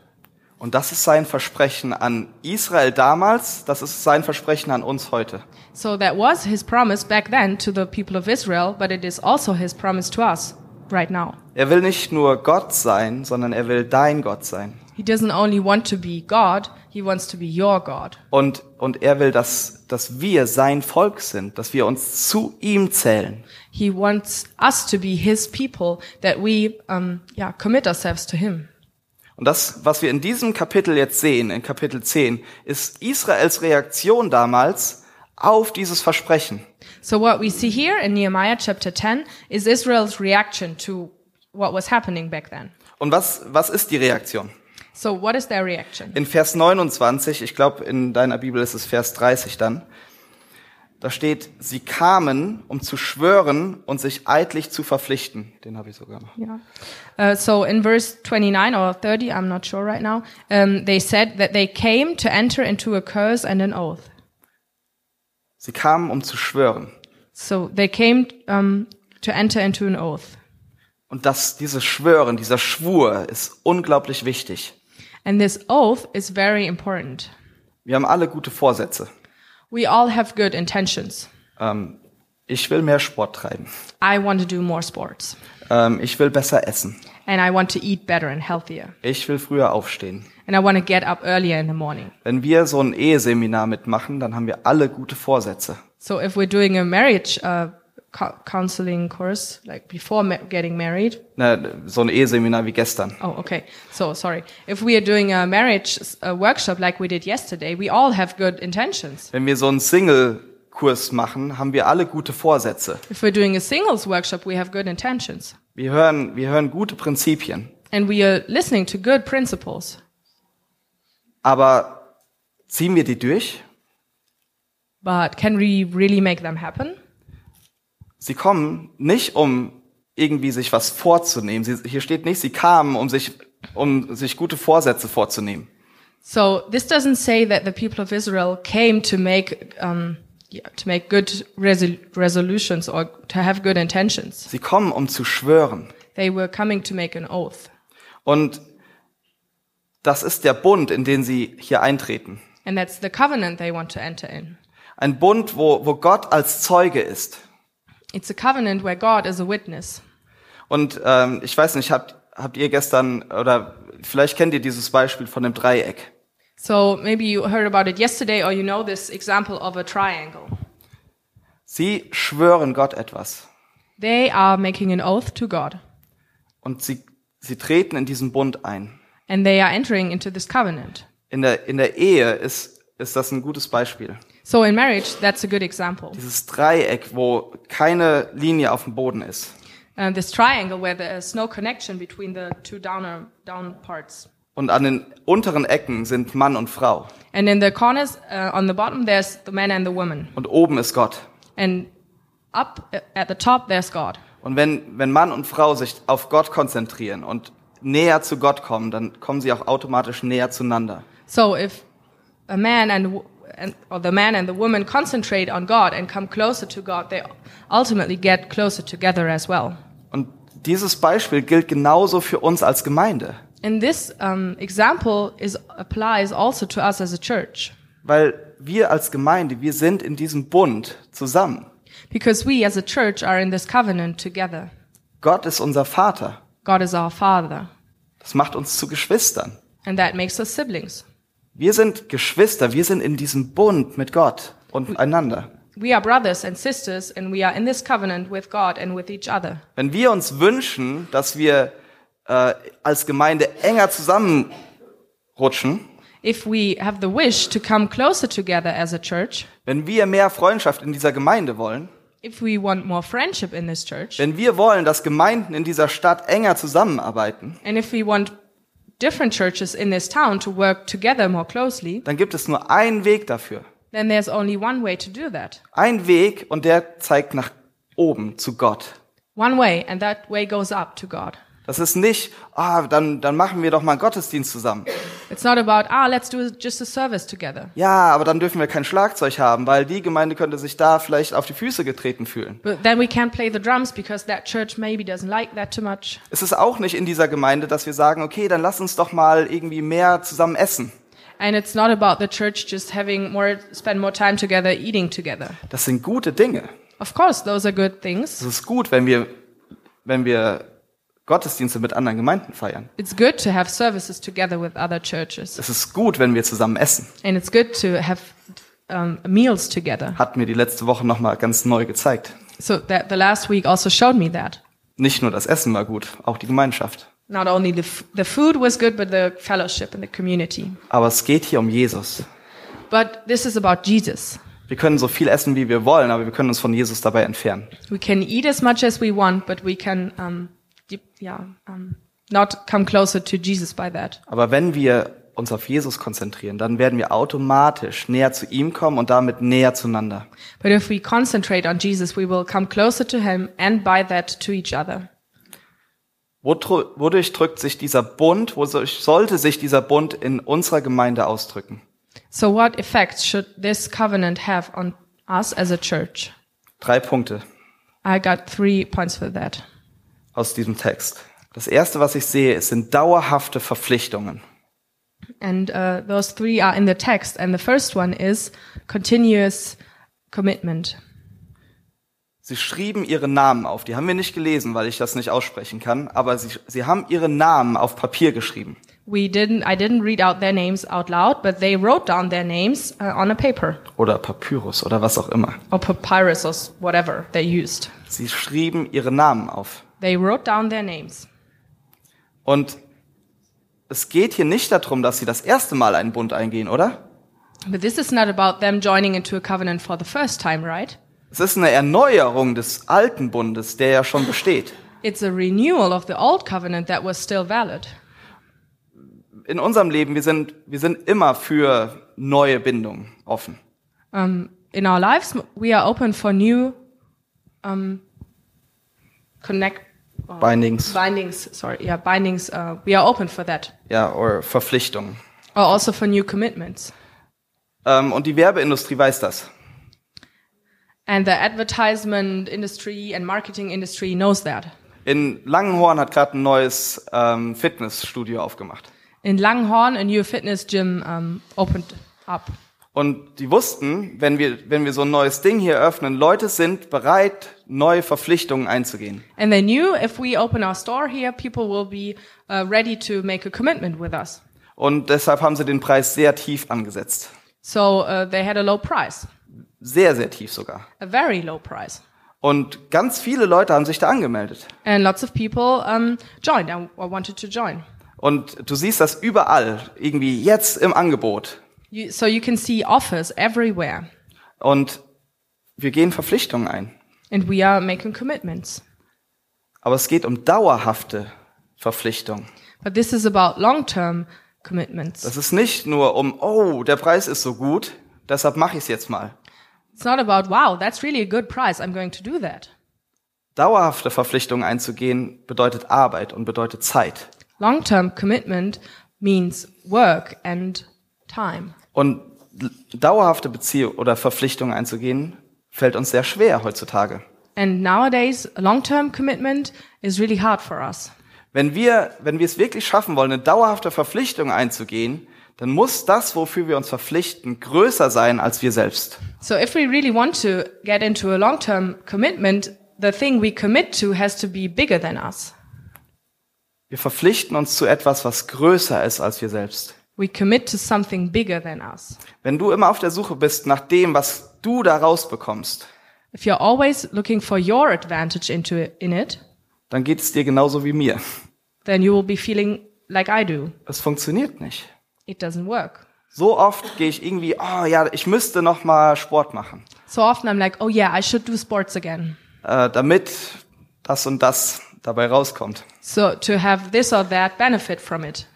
[SPEAKER 2] Und das ist sein Versprechen an Israel damals, das ist sein Versprechen an uns heute.
[SPEAKER 3] So that was his promise back then to the people of Israel, but it is also his promise to us right now.
[SPEAKER 2] Er will nicht nur Gott sein, sondern er will dein Gott sein.
[SPEAKER 3] He doesn't only want to be God, he wants to be your God.
[SPEAKER 2] Und, und er will, dass, dass wir sein Volk sind, dass wir uns zu ihm zählen.
[SPEAKER 3] He wants us to be his people, that we um, yeah, commit ourselves to him.
[SPEAKER 2] Und das, was wir in diesem Kapitel jetzt sehen, in Kapitel 10, ist Israels Reaktion damals auf dieses Versprechen.
[SPEAKER 3] So what we see here in Nehemiah chapter 10 is Israel's reaction to what was happening back then.
[SPEAKER 2] Und was, was ist die Reaktion?
[SPEAKER 3] So what is their reaction?
[SPEAKER 2] In Vers 29, ich glaube, in deiner Bibel ist es Vers 30 dann, da steht, sie kamen, um zu schwören und sich eidlich zu verpflichten. Den habe ich sogar noch.
[SPEAKER 3] Yeah. Uh, so in verse 29 or 30, I'm not sure right now, um, they said that they came to enter into a curse and an oath.
[SPEAKER 2] Sie kamen, um zu schwören.
[SPEAKER 3] So they came um, to enter into an oath.
[SPEAKER 2] Und das, dieses Schwören, dieser Schwur ist unglaublich wichtig.
[SPEAKER 3] And this oath is very important.
[SPEAKER 2] Wir haben alle gute Vorsätze.
[SPEAKER 3] We all have good intentions.
[SPEAKER 2] Ähm, ich will mehr Sport treiben.
[SPEAKER 3] I want to do more sports,
[SPEAKER 2] Ähm, ich will besser essen.
[SPEAKER 3] and I want to eat better and healthier,
[SPEAKER 2] Ich will früher aufstehen.
[SPEAKER 3] and I want to get up earlier in the morning.
[SPEAKER 2] Wenn wir so ein Eheseminar mitmachen, dann haben wir alle gute Vorsätze.
[SPEAKER 3] So if we're doing a marriage uh, co- counseling course, like before ma- getting married,
[SPEAKER 2] Ne, so ein Eheseminar wie gestern.
[SPEAKER 3] oh, okay. So sorry. If we are doing a marriage uh workshop like we did yesterday, we all have good intentions.
[SPEAKER 2] Wenn wir so einen Single-Kurs machen, haben wir alle gute Vorsätze.
[SPEAKER 3] If we're doing a singles workshop, we have good intentions,
[SPEAKER 2] Wir hören, wir hören gute Prinzipien.
[SPEAKER 3] and we are listening to good principles.
[SPEAKER 2] Aber ziehen wir die durch?
[SPEAKER 3] But can we really make them happen?
[SPEAKER 2] Sie kommen nicht, um irgendwie sich was vorzunehmen. Sie, hier steht nicht, sie kamen, um sich, um sich gute Vorsätze vorzunehmen.
[SPEAKER 3] So this doesn't say that the people of Israel came to make um, yeah, to make good resol- resolutions or to have good intentions.
[SPEAKER 2] Sie kommen, um zu schwören.
[SPEAKER 3] They were coming to make an oath,
[SPEAKER 2] Und das ist der Bund, in den sie hier eintreten.
[SPEAKER 3] and that's the covenant they want to enter in.
[SPEAKER 2] Ein Bund, wo, wo Gott als Zeuge ist.
[SPEAKER 3] It's a covenant where God is a witness.
[SPEAKER 2] Und ähm, ich weiß nicht, habt, habt ihr gestern oder vielleicht kennt ihr dieses Beispiel von dem Dreieck.
[SPEAKER 3] So maybe you heard about it yesterday, or you know this example of a triangle.
[SPEAKER 2] Sie schwören Gott etwas
[SPEAKER 3] They are making an oath to God,
[SPEAKER 2] und sie, sie treten in diesen Bund ein.
[SPEAKER 3] and they are entering into this covenant.
[SPEAKER 2] In der, in der Ehe ist, ist das ein gutes Beispiel.
[SPEAKER 3] So in marriage, that's a good example.
[SPEAKER 2] Dieses Dreieck, wo keine Linie auf dem Boden ist.
[SPEAKER 3] Uh, this triangle where there is no connection between the two downer down parts.
[SPEAKER 2] Und an den unteren Ecken sind Mann und Frau.
[SPEAKER 3] And in the corners uh, on the bottom, there's the man and the woman.
[SPEAKER 2] Und oben ist Gott.
[SPEAKER 3] And up uh, at the top, there's God.
[SPEAKER 2] Und wenn, wenn Mann und Frau sich auf Gott konzentrieren und näher zu Gott kommen, dann kommen sie auch automatisch näher zueinander.
[SPEAKER 3] So if a man and, w- and or the man and the woman concentrate on God and come closer to God, they ultimately get closer together as well.
[SPEAKER 2] Und dieses Beispiel gilt genauso für uns als Gemeinde,
[SPEAKER 3] And this um, example is applies also to us as a church,
[SPEAKER 2] weil wir als Gemeinde, wir sind in diesem Bund zusammen.
[SPEAKER 3] because we as a church are in this covenant together.
[SPEAKER 2] Gott ist unser Vater.
[SPEAKER 3] God is our Father,
[SPEAKER 2] Das macht uns zu Geschwistern.
[SPEAKER 3] and that makes us siblings.
[SPEAKER 2] Wir sind Geschwister, wir sind in diesem Bund mit Gott und einander.
[SPEAKER 3] We are brothers and sisters, and we are in this covenant with God and with each other.
[SPEAKER 2] Wenn wir uns wünschen, dass wir äh, als Gemeinde enger zusammenrutschen,
[SPEAKER 3] If we have the wish to come closer together as a church,
[SPEAKER 2] wenn wir mehr Freundschaft in dieser Gemeinde wollen,
[SPEAKER 3] if we want more friendship in this church,
[SPEAKER 2] wenn wir wollen, dass Gemeinden in dieser Stadt enger zusammenarbeiten,
[SPEAKER 3] and if we want different churches in this town to work together more closely,
[SPEAKER 2] dann gibt es nur einen Weg dafür.
[SPEAKER 3] then there's only one way to do that.
[SPEAKER 2] Ein Weg und der zeigt nach oben zu Gott.
[SPEAKER 3] One way, and that way goes up to God.
[SPEAKER 2] Das ist nicht, ah, dann, dann machen wir doch mal einen Gottesdienst zusammen.
[SPEAKER 3] It's not about, ah, let's do just a service together.
[SPEAKER 2] Ja, aber dann dürfen wir kein Schlagzeug haben, weil die Gemeinde könnte sich da vielleicht auf die Füße getreten fühlen.
[SPEAKER 3] But then we can't play the drums because that church maybe doesn't like that too much.
[SPEAKER 2] Es ist auch nicht in dieser Gemeinde, dass wir sagen, okay, dann lass uns doch mal irgendwie mehr zusammen essen.
[SPEAKER 3] And it's not about the church just having more, spend more time together, eating together.
[SPEAKER 2] Das sind gute Dinge.
[SPEAKER 3] Of course, those are good things.
[SPEAKER 2] Es ist gut, wenn wir, wenn wir Gottesdienste mit anderen Gemeinden feiern.
[SPEAKER 3] It's good to have services together with other churches.
[SPEAKER 2] Es ist gut, wenn wir zusammen essen.
[SPEAKER 3] And it's good to have um, meals together.
[SPEAKER 2] Hat mir die letzte Woche nochmal ganz neu gezeigt.
[SPEAKER 3] So that the last week also showed me that.
[SPEAKER 2] Nicht nur das Essen war gut, auch die Gemeinschaft.
[SPEAKER 3] Not only the, f- the food was good, but the fellowship and the community.
[SPEAKER 2] Aber es geht hier um Jesus.
[SPEAKER 3] But this is about Jesus.
[SPEAKER 2] Wir können so viel essen, wie wir wollen, aber wir können uns von Jesus dabei entfernen.
[SPEAKER 3] We can eat as much as we want, but we can, um, de- yeah, um, not come closer to Jesus by that.
[SPEAKER 2] Aber wenn wir uns auf Jesus konzentrieren, dann werden wir automatisch näher zu ihm kommen und damit näher zueinander.
[SPEAKER 3] But if we concentrate on Jesus, we will come closer to Him and by that to each other.
[SPEAKER 2] Wodru- Wodurch drückt sich dieser Bund, wodurch sollte sich dieser Bund in unserer Gemeinde ausdrücken?
[SPEAKER 3] So, what effects should this covenant have on us as a church?
[SPEAKER 2] Drei Punkte
[SPEAKER 3] I got three points for that.
[SPEAKER 2] aus diesem Text. Das erste, was ich sehe, es sind dauerhafte Verpflichtungen.
[SPEAKER 3] And uh, those three are in the text. And the first one is continuous commitment.
[SPEAKER 2] Sie schrieben ihre Namen auf. Die haben wir nicht gelesen, weil ich das nicht aussprechen kann. Aber sie, sie haben ihre Namen auf Papier geschrieben.
[SPEAKER 3] We didn't, I didn't read out their names out loud, but they wrote down their names uh, on a paper
[SPEAKER 2] Oder Papyrus oder was auch immer.
[SPEAKER 3] or papyrus or s- whatever they used.
[SPEAKER 2] Sie schrieben ihre Namen auf.
[SPEAKER 3] They wrote down their names.
[SPEAKER 2] Und es geht hier nicht darum, dass sie das erste Mal einen Bund eingehen, oder?
[SPEAKER 3] But this is not about them joining into a covenant for the first time, right?
[SPEAKER 2] Es ist eine Erneuerung des alten Bundes, der ja schon besteht.
[SPEAKER 3] It's a renewal of the old covenant that was still valid.
[SPEAKER 2] In unserem Leben, wir sind, wir sind immer für neue Bindungen offen.
[SPEAKER 3] In our lives, m- we are open for new um, connect
[SPEAKER 2] Bindings,
[SPEAKER 3] bindings. Sorry, yeah, bindings. Uh, we are open for that,
[SPEAKER 2] ja, oder Verpflichtungen.
[SPEAKER 3] or also for new commitments.
[SPEAKER 2] Ähm, und die Werbeindustrie weiß das.
[SPEAKER 3] And the advertisement industry and marketing industry knows that.
[SPEAKER 2] In Langenhorn hat gerade ein neues ähm, Fitnessstudio aufgemacht.
[SPEAKER 3] In Langhorn, a new fitness gym um, opened up.
[SPEAKER 2] Und die wussten, wenn wir, wenn wir so ein neues Ding hier öffnen, Leute sind bereit, neue Verpflichtungen einzugehen.
[SPEAKER 3] And they knew if we open our store here, people will be uh, ready to make a commitment with us.
[SPEAKER 2] Und deshalb haben sie den Preis sehr tief angesetzt.
[SPEAKER 3] So uh, they had a low price,
[SPEAKER 2] Sehr, sehr tief sogar.
[SPEAKER 3] a very low price.
[SPEAKER 2] Und ganz viele Leute haben sich da angemeldet.
[SPEAKER 3] And lots of people um, joined and or wanted to join.
[SPEAKER 2] Und du siehst das überall, irgendwie jetzt im Angebot.
[SPEAKER 3] You, so you can see offers everywhere.
[SPEAKER 2] Und wir gehen Verpflichtungen ein.
[SPEAKER 3] And we are making commitments.
[SPEAKER 2] Aber es geht um dauerhafte Verpflichtungen.
[SPEAKER 3] But this is about long term commitments.
[SPEAKER 2] Das ist nicht nur um, oh, der Preis ist so gut, deshalb mache ich es jetzt mal.
[SPEAKER 3] It's not about, wow, that's really a good price. I'm going to do that.
[SPEAKER 2] Dauerhafte Verpflichtungen einzugehen bedeutet Arbeit und bedeutet Zeit.
[SPEAKER 3] Long term commitment means work and time.
[SPEAKER 2] Und l- dauerhafte Beziehungen oder Verpflichtungen einzugehen, fällt uns sehr schwer heutzutage.
[SPEAKER 3] And nowadays, long term commitment is really hard for us.
[SPEAKER 2] Wenn wir, wenn wir es wirklich schaffen wollen, eine dauerhafte Verpflichtung einzugehen, dann muss das, wofür wir uns verpflichten, größer sein als wir selbst.
[SPEAKER 3] So if we really want to get into a long term commitment, the thing we commit to has to be bigger than us.
[SPEAKER 2] Wir verpflichten uns zu etwas, was größer ist als wir selbst.
[SPEAKER 3] We commit to something bigger than us.
[SPEAKER 2] Wenn du immer auf der Suche bist nach dem, was du da rausbekommst,
[SPEAKER 3] If you're always looking for your advantage into it, in it,
[SPEAKER 2] dann geht es dir genauso wie mir.
[SPEAKER 3] then you will be feeling like I do.
[SPEAKER 2] Es funktioniert nicht.
[SPEAKER 3] It doesn't work.
[SPEAKER 2] So oft gehe ich irgendwie, oh ja, ich müsste noch mal Sport machen,
[SPEAKER 3] So often I'm like, oh yeah, I should do sports again.
[SPEAKER 2] äh, damit das und das dabei rauskommt.
[SPEAKER 3] So to have this or that benefit from it.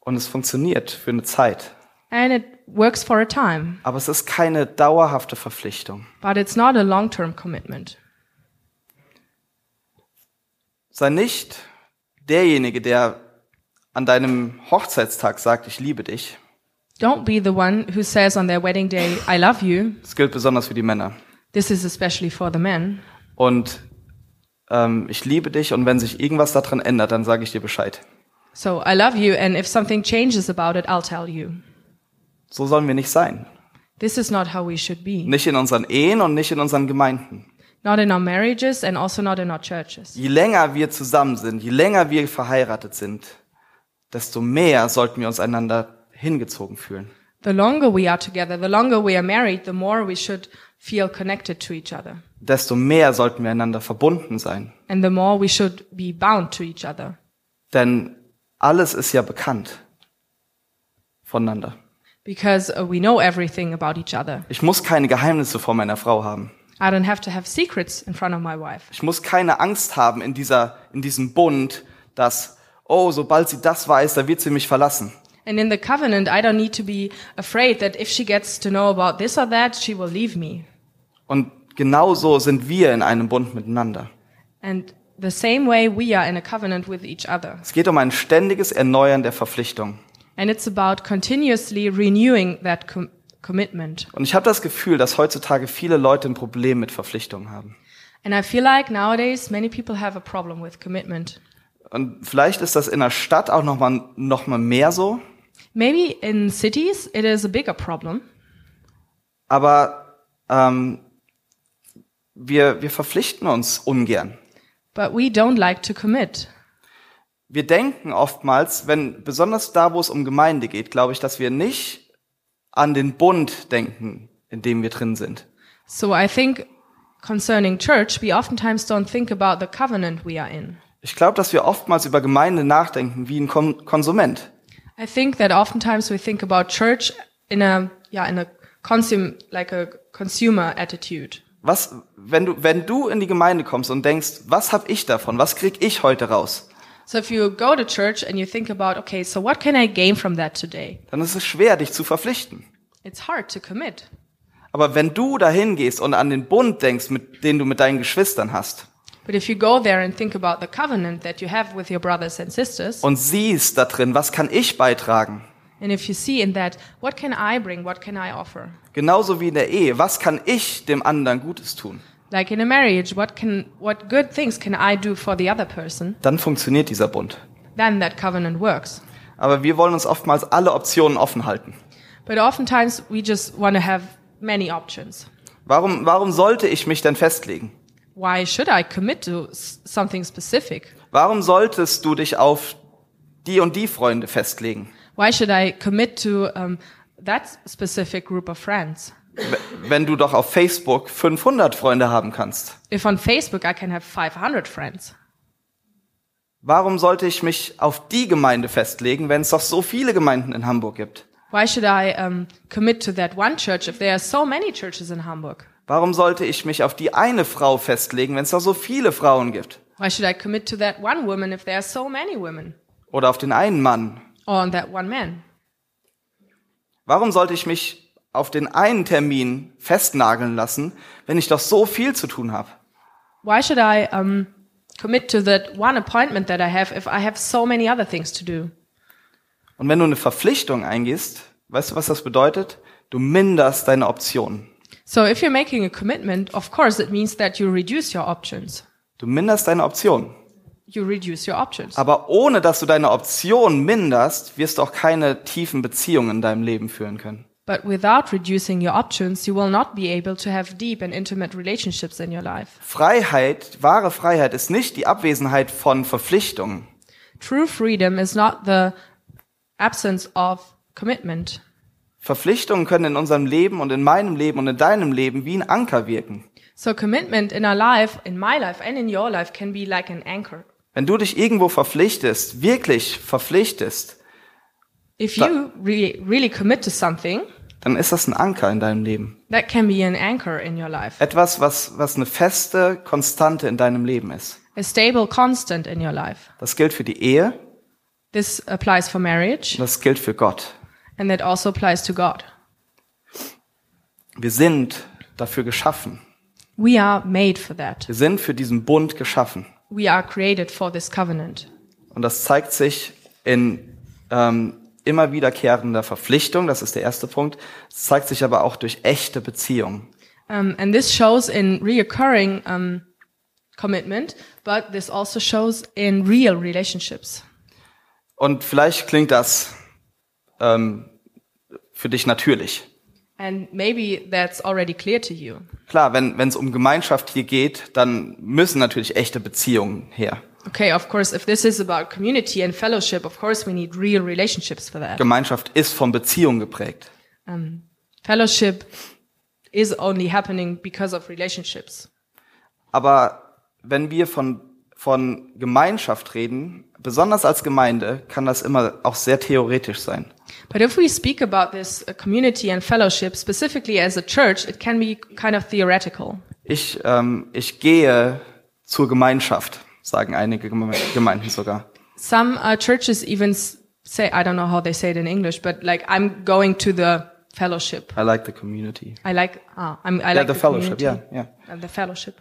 [SPEAKER 2] Und es funktioniert für eine Zeit.
[SPEAKER 3] And it works for a time,
[SPEAKER 2] Aber es ist keine dauerhafte Verpflichtung.
[SPEAKER 3] but it's not a long term commitment.
[SPEAKER 2] sei nicht derjenige, der an deinem Hochzeitstag sagt, ich liebe dich,
[SPEAKER 3] Don't be the one who says on their wedding day, I love you.
[SPEAKER 2] das gilt besonders für die Männer.
[SPEAKER 3] This is especially for the men.
[SPEAKER 2] Und ähm, ich liebe dich und wenn sich irgendwas daran ändert, dann sage ich dir Bescheid.
[SPEAKER 3] So, I love you, and if something changes about it, I'll tell you.
[SPEAKER 2] So sollen wir nicht sein.
[SPEAKER 3] This is not how we should be.
[SPEAKER 2] Nicht in unseren Ehen und nicht in unseren Gemeinden.
[SPEAKER 3] Not in our marriages and also not in our churches.
[SPEAKER 2] Je länger wir zusammen sind, je länger wir verheiratet sind, desto mehr sollten wir uns einander hingezogen fühlen.
[SPEAKER 3] The longer we are together, the longer we are married, the more we should feel connected to each other.
[SPEAKER 2] Desto mehr sollten wir einander verbunden sein.
[SPEAKER 3] And the more we should be bound to each other.
[SPEAKER 2] Denn alles ist ja bekannt voneinander.
[SPEAKER 3] Because uh, we know everything about each other.
[SPEAKER 2] Ich muss keine Geheimnisse vor meiner Frau haben.
[SPEAKER 3] I don't have to have secrets in front of my wife.
[SPEAKER 2] Ich muss keine Angst haben in, dieser, in diesem Bund, dass, oh, sobald sie das weiß, da wird sie mich verlassen.
[SPEAKER 3] And in the covenant, I don't need to be afraid that if she gets to know about this or that, she will leave me.
[SPEAKER 2] Und genauso sind wir in einem Bund miteinander.
[SPEAKER 3] And the same way we are in a covenant with each other.
[SPEAKER 2] Es geht um ein ständiges Erneuern der Verpflichtung.
[SPEAKER 3] And it's about continuously renewing that com commitment.
[SPEAKER 2] Und ich habe das Gefühl, dass heutzutage viele Leute ein Problem mit Verpflichtungen haben.
[SPEAKER 3] And I feel like nowadays many people have a problem with commitment.
[SPEAKER 2] Und vielleicht ist das in der Stadt auch noch mal, noch mal mehr so.
[SPEAKER 3] Maybe in cities it is a bigger problem,
[SPEAKER 2] Aber ähm, wir, wir verpflichten uns ungern.
[SPEAKER 3] but we don't like to commit.
[SPEAKER 2] Wir denken oftmals, wenn besonders da, wo es um Gemeinde geht, glaube ich, dass wir nicht an den Bund denken, in dem wir drin sind.
[SPEAKER 3] So I think concerning church, we oftentimes don't think about the covenant we are in.
[SPEAKER 2] Ich glaube, dass wir oftmals über Gemeinde nachdenken wie ein Kon Konsument.
[SPEAKER 3] I think that oftentimes we think about church in a yeah in a consum like a consumer attitude.
[SPEAKER 2] Was, wenn du, wenn du in die Gemeinde kommst und denkst, was habe ich davon? Was krieg ich heute raus?
[SPEAKER 3] So if you go to church and you think about okay, so what can I gain from that today?
[SPEAKER 2] Dann ist es schwer, dich zu verpflichten.
[SPEAKER 3] It's hard to commit.
[SPEAKER 2] Aber wenn du dahin gehst und an den Bund denkst, mit den du mit deinen Geschwistern hast
[SPEAKER 3] But if you go there and think about the covenant that you have with your brothers and sisters,
[SPEAKER 2] und siehst da drin, was kann ich beitragen?
[SPEAKER 3] and if you see in that what can I bring, what can I offer?
[SPEAKER 2] Genauso wie in der Ehe, was kann ich dem anderen Gutes tun?
[SPEAKER 3] Like in a marriage, what can what good things can I do for the other person?
[SPEAKER 2] Dann funktioniert dieser Bund.
[SPEAKER 3] Then that covenant works.
[SPEAKER 2] Aber wir wollen uns oftmals alle Optionen offen halten.
[SPEAKER 3] But oftentimes we just want to have many options.
[SPEAKER 2] Warum, warum sollte ich mich denn festlegen?
[SPEAKER 3] why should I commit to s- something specific?
[SPEAKER 2] Warum solltest du dich auf die und die Freunde festlegen?
[SPEAKER 3] Why should I commit to um, that specific group of friends?
[SPEAKER 2] W- Wenn du doch auf Facebook 500 Freunde haben kannst.
[SPEAKER 3] If on Facebook I can have 500 friends,
[SPEAKER 2] Warum sollte ich mich auf die Gemeinde festlegen, wenn es doch so viele Gemeinden in Hamburg gibt?
[SPEAKER 3] why should I um, commit to that one church if there are so many churches in Hamburg?
[SPEAKER 2] Warum sollte ich mich auf die eine Frau festlegen, wenn es doch so viele Frauen gibt?
[SPEAKER 3] Why should I commit to that one woman if there are so many women?
[SPEAKER 2] Oder auf den einen Mann?
[SPEAKER 3] Or on that one man?
[SPEAKER 2] Warum sollte ich mich auf den einen Termin festnageln lassen, wenn ich doch so viel zu tun habe?
[SPEAKER 3] Why should I um, commit to that one appointment that I have if I have so many other things to do?
[SPEAKER 2] Und wenn du eine Verpflichtung eingehst, weißt du, was das bedeutet? Du minderst deine Optionen.
[SPEAKER 3] So if you're making a commitment, of course it means that you reduce your options.
[SPEAKER 2] Du minderst deine Optionen.
[SPEAKER 3] You reduce your options.
[SPEAKER 2] Aber ohne dass du deine Optionen minderst, wirst du auch keine tiefen Beziehungen in deinem Leben führen können.
[SPEAKER 3] But without reducing your options, you will not be able to have deep and intimate relationships in your life.
[SPEAKER 2] Freiheit, wahre Freiheit ist nicht die Abwesenheit von Verpflichtungen.
[SPEAKER 3] True freedom is not the absence of commitment.
[SPEAKER 2] Verpflichtungen können in unserem Leben und in meinem Leben und in deinem Leben wie ein Anker wirken.
[SPEAKER 3] So commitment in our life, in my life and in your life can be like an anchor.
[SPEAKER 2] Wenn du dich irgendwo verpflichtest, wirklich verpflichtest,
[SPEAKER 3] If you re- really commit to something,
[SPEAKER 2] dann ist das ein Anker in deinem Leben.
[SPEAKER 3] that can be an anchor in your life,
[SPEAKER 2] Etwas, was, was eine feste Konstante in deinem Leben ist.
[SPEAKER 3] a stable constant in your life.
[SPEAKER 2] Das gilt für die Ehe,
[SPEAKER 3] This applies for marriage
[SPEAKER 2] das gilt für Gott.
[SPEAKER 3] and that also applies to God.
[SPEAKER 2] Wir sind dafür geschaffen.
[SPEAKER 3] We are made for that.
[SPEAKER 2] Wir sind für diesen Bund geschaffen.
[SPEAKER 3] We are created for this covenant.
[SPEAKER 2] Und das zeigt sich in ähm, immer wiederkehrender Verpflichtung, das ist der erste Punkt, es zeigt sich aber auch durch echte Beziehungen.
[SPEAKER 3] Um, and this shows in reoccurring um, commitment, but this also shows in real relationships.
[SPEAKER 2] Und vielleicht klingt das ähm, für dich natürlich.
[SPEAKER 3] And maybe that's already clear to you.
[SPEAKER 2] Klar, wenn es um Gemeinschaft hier geht, dann müssen natürlich echte Beziehungen her.
[SPEAKER 3] Okay, of course, if this is about community and fellowship, of course we need real relationships for that.
[SPEAKER 2] Gemeinschaft ist von Beziehung geprägt.
[SPEAKER 3] Um, fellowship is only happening because of relationships.
[SPEAKER 2] Aber wenn wir von, von Gemeinschaft reden, besonders als Gemeinde, kann das immer auch sehr theoretisch sein.
[SPEAKER 3] But if we speak about this uh, community and fellowship specifically as a church, it can be kind of theoretical.
[SPEAKER 2] Ich, ähm, ich gehe zur Gemeinschaft, sagen einige Geme- Gemeinden sogar.
[SPEAKER 3] Some uh, churches even s- say, I don't know how they say it in English, but like, I'm going to the fellowship.
[SPEAKER 2] I like the community.
[SPEAKER 3] I like, ah, I'm, I like
[SPEAKER 2] the fellowship,
[SPEAKER 3] community.
[SPEAKER 2] yeah, yeah.
[SPEAKER 3] Uh, the fellowship.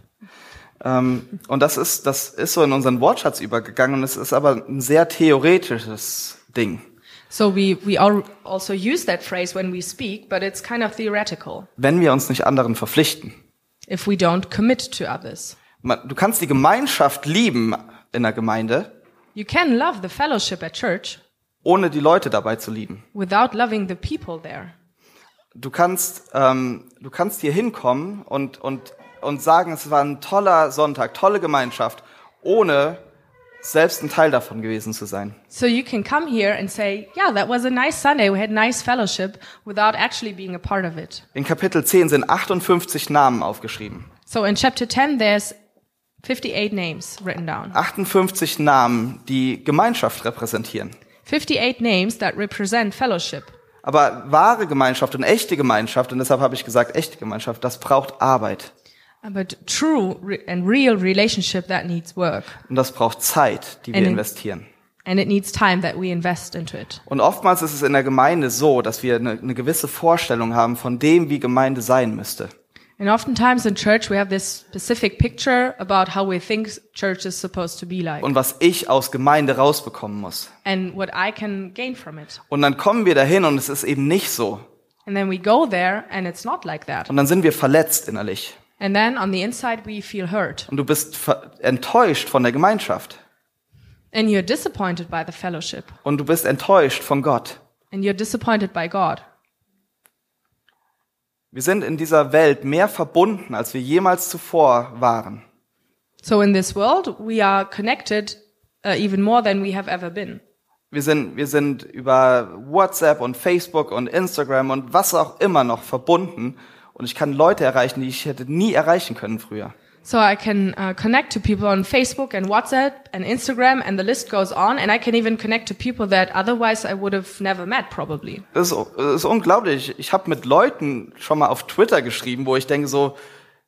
[SPEAKER 2] Ähm, und das ist, das ist so in unseren Wortschatz übergegangen und es ist aber ein sehr theoretisches Ding.
[SPEAKER 3] So we, we al- also use that phrase when we speak, but it's kind of theoretical
[SPEAKER 2] Wenn wir uns nicht anderen verpflichten.
[SPEAKER 3] if we don't commit to others.
[SPEAKER 2] Man- Du kannst die Gemeinschaft lieben in der Gemeinde,
[SPEAKER 3] You can love the fellowship at church
[SPEAKER 2] ohne die Leute dabei zu lieben.
[SPEAKER 3] without loving the people there.
[SPEAKER 2] Du kannst, ähm, du kannst hier hinkommen und, und, und sagen, es war ein toller Sonntag, tolle Gemeinschaft, ohne selbst ein Teil davon gewesen zu sein.
[SPEAKER 3] So you can come here and say, yeah, that was a nice Sunday. We had nice fellowship without actually being a part of it.
[SPEAKER 2] In Kapitel 10 sind 58 Namen aufgeschrieben.
[SPEAKER 3] So in chapter 10, there's 58 names written down.
[SPEAKER 2] 58 Namen, die Gemeinschaft repräsentieren.
[SPEAKER 3] 58 names that represent fellowship.
[SPEAKER 2] Aber wahre Gemeinschaft und echte Gemeinschaft, und deshalb habe ich gesagt, echte Gemeinschaft, das braucht Arbeit.
[SPEAKER 3] Uh, But true re- and real relationship that needs work.
[SPEAKER 2] Und das braucht Zeit, die wir
[SPEAKER 3] Eine-
[SPEAKER 2] investieren.
[SPEAKER 3] And it needs time that we invest into it.
[SPEAKER 2] Und oftmals ist es in der Gemeinde so, dass wir eine, eine gewisse Vorstellung haben von dem, wie Gemeinde sein müsste.
[SPEAKER 3] And oftentimes in church, we have this specific picture about how we think church is supposed to be like
[SPEAKER 2] Und was ich aus Gemeinde rausbekommen muss.
[SPEAKER 3] and what I can gain from it.
[SPEAKER 2] Und dann kommen wir dahin und es ist eben nicht so.
[SPEAKER 3] And then we go there and it's not like that.
[SPEAKER 2] Und dann sind wir verletzt innerlich.
[SPEAKER 3] And then on the inside, we feel hurt
[SPEAKER 2] Und du bist ver- enttäuscht von der Gemeinschaft.
[SPEAKER 3] and you're disappointed by the fellowship
[SPEAKER 2] Und du bist enttäuscht von Gott.
[SPEAKER 3] and you're disappointed by God.
[SPEAKER 2] Wir sind in dieser Welt mehr verbunden, als wir jemals zuvor waren.
[SPEAKER 3] So in this world, we are connected uh, even more than we have ever been.
[SPEAKER 2] Wir sind, wir sind über WhatsApp und Facebook und Instagram und was auch immer noch verbunden. Und ich kann Leute erreichen, die ich hätte nie erreichen können früher.
[SPEAKER 3] So I can uh, connect to people on Facebook and WhatsApp and Instagram and the list goes on. And I can even connect to people that otherwise I would have never met probably.
[SPEAKER 2] Das ist, das ist unglaublich. Ich habe mit Leuten schon mal auf Twitter geschrieben, wo ich denke so,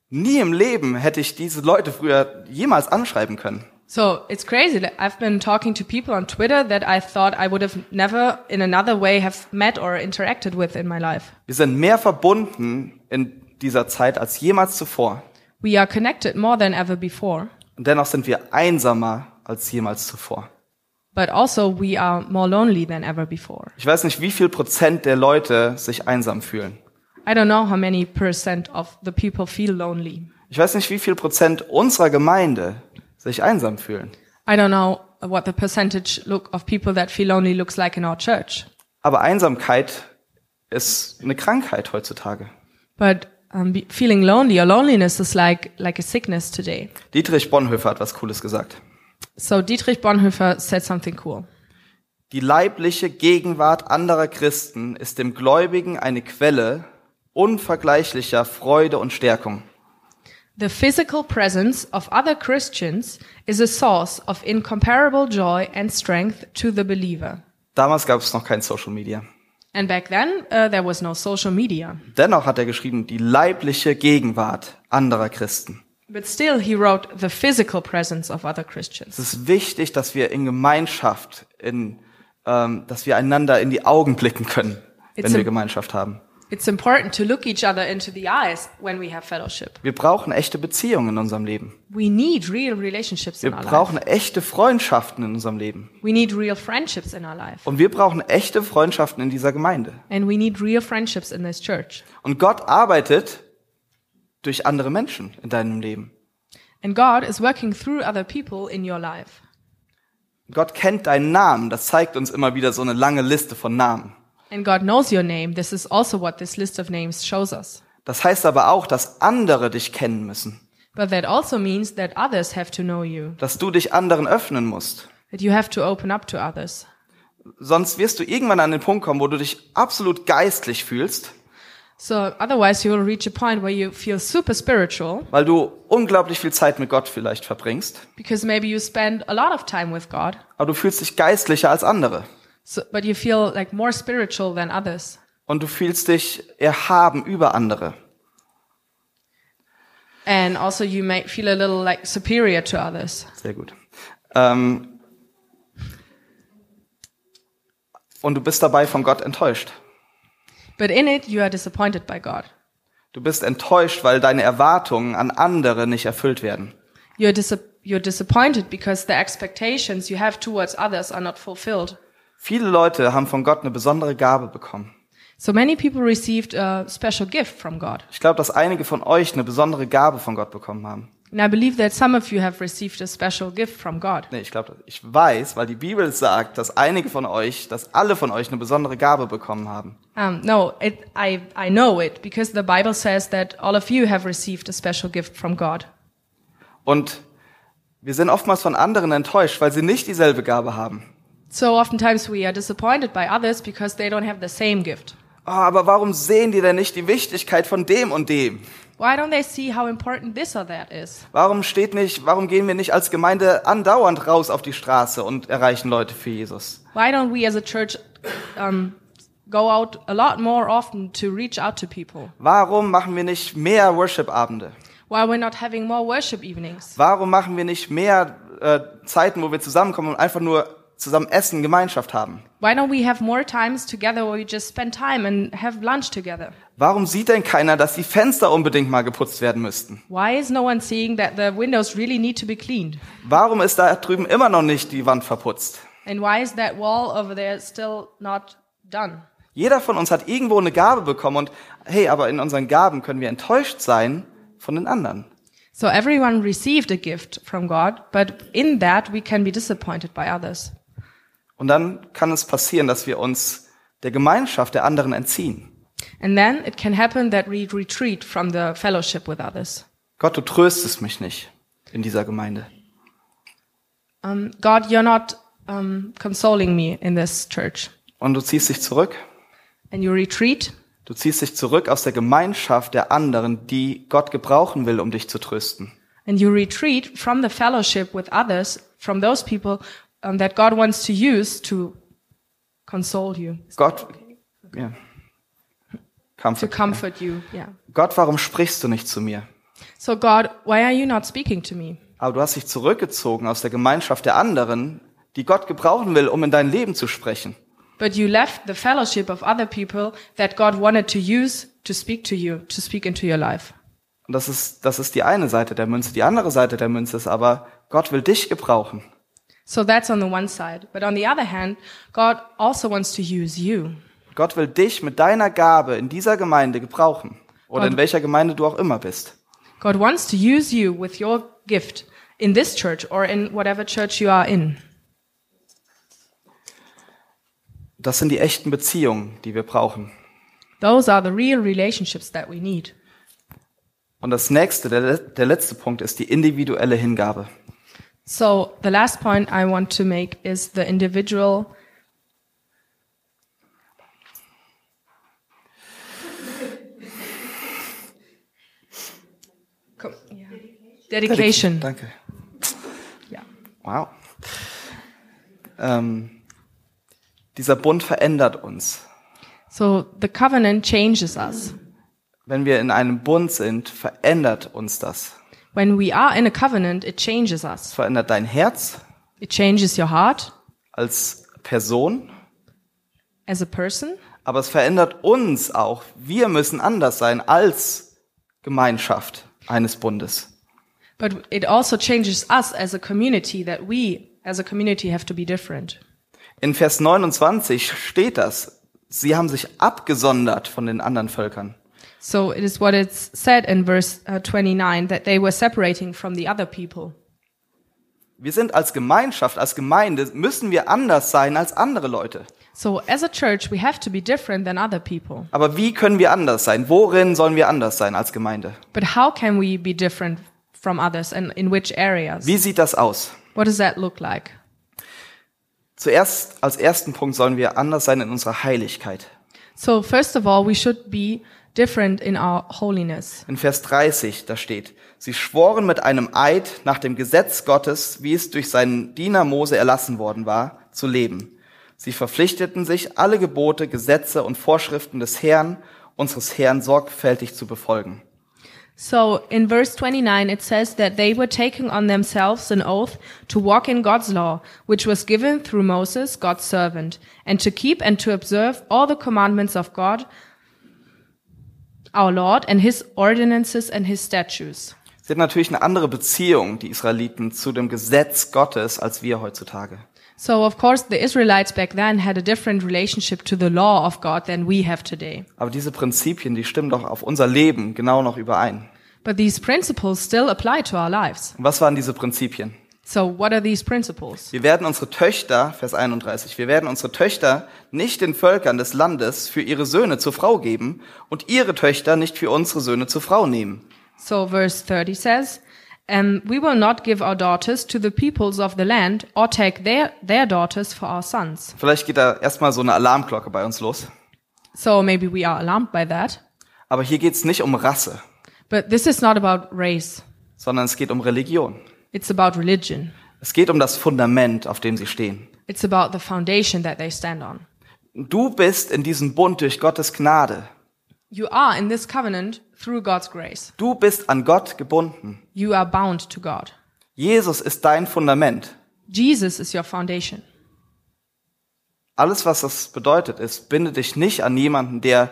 [SPEAKER 2] nie im Leben hätte ich diese Leute früher jemals anschreiben können.
[SPEAKER 3] So it's crazy. Like, I've been talking to people on Twitter that I thought I would have never in another way have met or interacted with in my life.
[SPEAKER 2] Wir sind mehr verbunden in dieser Zeit als jemals zuvor.
[SPEAKER 3] We are connected more than ever before,
[SPEAKER 2] Und dennoch sind wir einsamer als jemals zuvor.
[SPEAKER 3] but also we are more lonely than ever before.
[SPEAKER 2] Ich weiß nicht, wie viel Prozent der Leute sich einsam fühlen.
[SPEAKER 3] I don't know how many percent of the people feel lonely.
[SPEAKER 2] Ich weiß nicht, wie viel Prozent unserer Gemeinde sich einsam fühlen.
[SPEAKER 3] I don't know what the percentage look of people that feel lonely looks like in our church,
[SPEAKER 2] Aber Einsamkeit ist eine Krankheit heutzutage.
[SPEAKER 3] but um, be- feeling lonely or loneliness is like like a sickness today.
[SPEAKER 2] Dietrich Bonhoeffer hat was Cooles gesagt.
[SPEAKER 3] So Dietrich Bonhoeffer said something cool.
[SPEAKER 2] Die leibliche Gegenwart anderer Christen ist dem Gläubigen eine Quelle unvergleichlicher Freude und Stärkung.
[SPEAKER 3] The physical presence of other Christians is a source of incomparable joy and strength to the believer.
[SPEAKER 2] Damals gab es noch kein Social Media.
[SPEAKER 3] And back then, uh, there was no social media.
[SPEAKER 2] Dennoch hat er geschrieben, die leibliche Gegenwart anderer Christen.
[SPEAKER 3] But still, he wrote the physical presence of other Christians.
[SPEAKER 2] Es ist wichtig, dass wir in Gemeinschaft, in, ähm, dass wir einander in die Augen blicken können, wenn
[SPEAKER 3] It's a-
[SPEAKER 2] wir Gemeinschaft haben.
[SPEAKER 3] It's important to look each other into the eyes when we have fellowship.
[SPEAKER 2] Wir brauchen echte Beziehungen in unserem Leben.
[SPEAKER 3] We need real relationships
[SPEAKER 2] Wir
[SPEAKER 3] in our life.
[SPEAKER 2] brauchen echte Freundschaften in unserem Leben.
[SPEAKER 3] We need real friendships in our life.
[SPEAKER 2] Und wir brauchen echte Freundschaften in dieser Gemeinde.
[SPEAKER 3] And we need real friendships in this church.
[SPEAKER 2] Und Gott arbeitet durch andere Menschen in deinem Leben.
[SPEAKER 3] And God is working through other people in your life.
[SPEAKER 2] Gott kennt deinen Namen. Das zeigt uns immer wieder so eine lange Liste von Namen.
[SPEAKER 3] And God knows your name. This is also what this list of names shows us.
[SPEAKER 2] Das heißt aber auch, dass andere dich kennen müssen.
[SPEAKER 3] But that also means that others have to know you,
[SPEAKER 2] Dass du dich anderen öffnen musst.
[SPEAKER 3] that you have to open up to others.
[SPEAKER 2] Sonst wirst du irgendwann an den Punkt kommen, wo du dich absolut geistlich fühlst,
[SPEAKER 3] So otherwise you will reach a point where you feel super spiritual
[SPEAKER 2] weil du unglaublich viel Zeit mit Gott vielleicht verbringst.
[SPEAKER 3] because maybe you spend a lot of time with God,
[SPEAKER 2] Aber du fühlst dich geistlicher als andere.
[SPEAKER 3] so, but you feel like more spiritual than others.
[SPEAKER 2] Und du fühlst dich erhaben über andere.
[SPEAKER 3] And also you may feel a little like superior to others.
[SPEAKER 2] Sehr gut. Ähm, und du bist dabei von Gott enttäuscht.
[SPEAKER 3] But in it you are disappointed by God.
[SPEAKER 2] Du bist enttäuscht, weil deine Erwartungen an andere nicht erfüllt werden.
[SPEAKER 3] You're, dis- you're disappointed because the expectations you have towards others are not fulfilled.
[SPEAKER 2] Viele Leute haben von Gott eine besondere Gabe bekommen.
[SPEAKER 3] So many people received a special gift from God.
[SPEAKER 2] Ich glaube, dass einige von euch eine besondere Gabe von Gott bekommen haben.
[SPEAKER 3] And I believe that some of you have received a special gift from God.
[SPEAKER 2] Nee, ich glaube, ich weiß, weil die Bibel sagt, dass einige von euch, dass alle von euch eine besondere Gabe bekommen haben.
[SPEAKER 3] Um, no, it, I, I know it because the Bible says that all of you have received a special gift from God.
[SPEAKER 2] Und wir sind oftmals von anderen enttäuscht, weil sie nicht dieselbe Gabe haben.
[SPEAKER 3] So oftentimes we are disappointed by others because they don't have the same gift.
[SPEAKER 2] Oh, aber warum sehen die denn nicht die Wichtigkeit von dem und dem?
[SPEAKER 3] Why don't they see how important this or that is?
[SPEAKER 2] Warum steht nicht, warum gehen wir nicht als Gemeinde andauernd raus auf die Straße und erreichen Leute für Jesus?
[SPEAKER 3] Why don't we as a church um, go out a lot more often to reach out to people?
[SPEAKER 2] Warum machen wir nicht mehr Worship-Abende?
[SPEAKER 3] Why we're not having more worship evenings?
[SPEAKER 2] Warum machen wir nicht mehr äh, Zeiten, wo wir zusammenkommen und einfach nur zusammen essen, Gemeinschaft haben?
[SPEAKER 3] Why don't we have more times together where we just spend time and have lunch together?
[SPEAKER 2] Warum sieht denn keiner, dass die Fenster unbedingt mal geputzt werden müssten?
[SPEAKER 3] Why is no one seeing that the windows really need to be cleaned?
[SPEAKER 2] Warum ist da drüben immer noch nicht die Wand verputzt?
[SPEAKER 3] And why is that wall over there still not done?
[SPEAKER 2] Jeder von uns hat irgendwo eine Gabe bekommen und hey, aber in unseren Gaben können wir enttäuscht sein von den anderen.
[SPEAKER 3] So everyone received a gift from God, but in that we can be disappointed by others.
[SPEAKER 2] Und dann kann es passieren, dass wir uns der Gemeinschaft der anderen entziehen.
[SPEAKER 3] And then it can happen that we retreat from the fellowship with others.
[SPEAKER 2] Gott, du tröstest mich nicht in dieser Gemeinde.
[SPEAKER 3] Um, God, you're not um, consoling me in this church.
[SPEAKER 2] Und du ziehst dich zurück.
[SPEAKER 3] And you retreat,
[SPEAKER 2] Du ziehst dich zurück aus der Gemeinschaft der anderen, die Gott gebrauchen will, um dich zu trösten.
[SPEAKER 3] and you retreat from the fellowship with others, from those people um, that God wants to use to console you,
[SPEAKER 2] Gott, ja.
[SPEAKER 3] to
[SPEAKER 2] Comfort.
[SPEAKER 3] comfort you. Yeah.
[SPEAKER 2] Gott, warum sprichst du nicht zu mir?
[SPEAKER 3] So, God, why are you not speaking to me?
[SPEAKER 2] Aber du hast dich zurückgezogen aus der Gemeinschaft der anderen, die Gott gebrauchen will, um in dein Leben zu sprechen.
[SPEAKER 3] But you left the fellowship of other people that God wanted to use to speak to you, to speak into your life.
[SPEAKER 2] Und das ist, das ist die eine Seite der Münze. Die andere Seite der Münze ist aber, Gott will dich gebrauchen.
[SPEAKER 3] So that's on the one side. But on the other hand, God also wants to use you.
[SPEAKER 2] Gott will dich mit deiner Gabe in dieser Gemeinde gebrauchen. Oder in
[SPEAKER 3] Gott-
[SPEAKER 2] welcher Gemeinde du auch immer bist.
[SPEAKER 3] God wants to use you with your gift in this church or in whatever church you are in.
[SPEAKER 2] Das sind die echten Beziehungen, die wir brauchen.
[SPEAKER 3] Those are the real relationships that we need.
[SPEAKER 2] Und das nächste, der, le- der letzte Punkt ist die individuelle Hingabe.
[SPEAKER 3] So the last point I want to make is the individual. Com- yeah. Dedication.
[SPEAKER 2] Danke.
[SPEAKER 3] Yeah.
[SPEAKER 2] Wow. Ähm, dieser Bund verändert uns.
[SPEAKER 3] So the covenant changes us.
[SPEAKER 2] Wenn wir in einem Bund sind, verändert uns das.
[SPEAKER 3] When we are in a covenant, it
[SPEAKER 2] Es
[SPEAKER 3] changes us.
[SPEAKER 2] verändert dein Herz
[SPEAKER 3] It changes your heart
[SPEAKER 2] als Person,
[SPEAKER 3] as a person,
[SPEAKER 2] Aber es verändert uns auch. Wir müssen anders sein als Gemeinschaft eines Bundes.
[SPEAKER 3] But it also changes us as a community that we, as a community, have to be different.
[SPEAKER 2] In Vers 29 steht das. Sie haben sich abgesondert von den anderen Völkern.
[SPEAKER 3] So it is what it's said in verse uh, 29 that they were separating from the other people.
[SPEAKER 2] Wir sind als Gemeinschaft, als Gemeinde, müssen wir anders sein als andere Leute.
[SPEAKER 3] So as a church, we have to be different than other people.
[SPEAKER 2] Aber wie können wir anders sein? Worin sollen wir anders sein als Gemeinde?
[SPEAKER 3] But how can we be different from others and in which areas?
[SPEAKER 2] Wie sieht das aus?
[SPEAKER 3] What does that look like?
[SPEAKER 2] Zuerst, als ersten Punkt sollen wir anders sein in unserer Heiligkeit.
[SPEAKER 3] So first of all, we should be different in our holiness.
[SPEAKER 2] In Vers 30, da steht, sie schworen mit einem Eid nach dem Gesetz Gottes, wie es durch seinen Diener Mose erlassen worden war, zu leben. Sie verpflichteten sich, alle Gebote, Gesetze und Vorschriften des Herrn, unseres Herrn, sorgfältig zu befolgen.
[SPEAKER 3] So in verse 29, it says that they were taking on themselves an oath to walk in God's law, which was given through Moses, God's servant, and to keep and to observe all the commandments of God, our Lord, and his ordinances and his statutes.
[SPEAKER 2] Sie hatten natürlich eine andere Beziehung, die Israeliten, zu dem Gesetz Gottes, als wir heutzutage.
[SPEAKER 3] So of course, the Israelites back then had a different relationship to the law of God than we have today.
[SPEAKER 2] Aber diese Prinzipien, die stimmen doch auf unser Leben genau noch überein.
[SPEAKER 3] But these principles still apply to our lives.
[SPEAKER 2] Und was waren diese Prinzipien?
[SPEAKER 3] So what are these principles?
[SPEAKER 2] Wir werden unsere Töchter, Vers 31, wir werden unsere Töchter nicht den Völkern des Landes für ihre Söhne zur Frau geben und ihre Töchter nicht für unsere Söhne zur Frau nehmen.
[SPEAKER 3] So verse 30 says, um, we will not give our daughters to the peoples of the land or take their, their daughters for our sons.
[SPEAKER 2] Vielleicht geht da erstmal so eine Alarmglocke bei uns los.
[SPEAKER 3] So maybe we are alarmed by that.
[SPEAKER 2] Aber hier geht's nicht um Rasse,
[SPEAKER 3] But this is not about race.
[SPEAKER 2] sondern es geht um Religion.
[SPEAKER 3] It's about religion.
[SPEAKER 2] Es geht um das Fundament, auf dem sie stehen.
[SPEAKER 3] It's about the foundation that they stand on.
[SPEAKER 2] Du bist in diesem Bund durch Gottes Gnade.
[SPEAKER 3] You are in this covenant through God's grace.
[SPEAKER 2] Du bist an Gott gebunden.
[SPEAKER 3] You are bound to God.
[SPEAKER 2] Jesus ist dein Fundament.
[SPEAKER 3] Jesus is your foundation.
[SPEAKER 2] Alles, was das bedeutet, ist, binde dich nicht an jemanden, der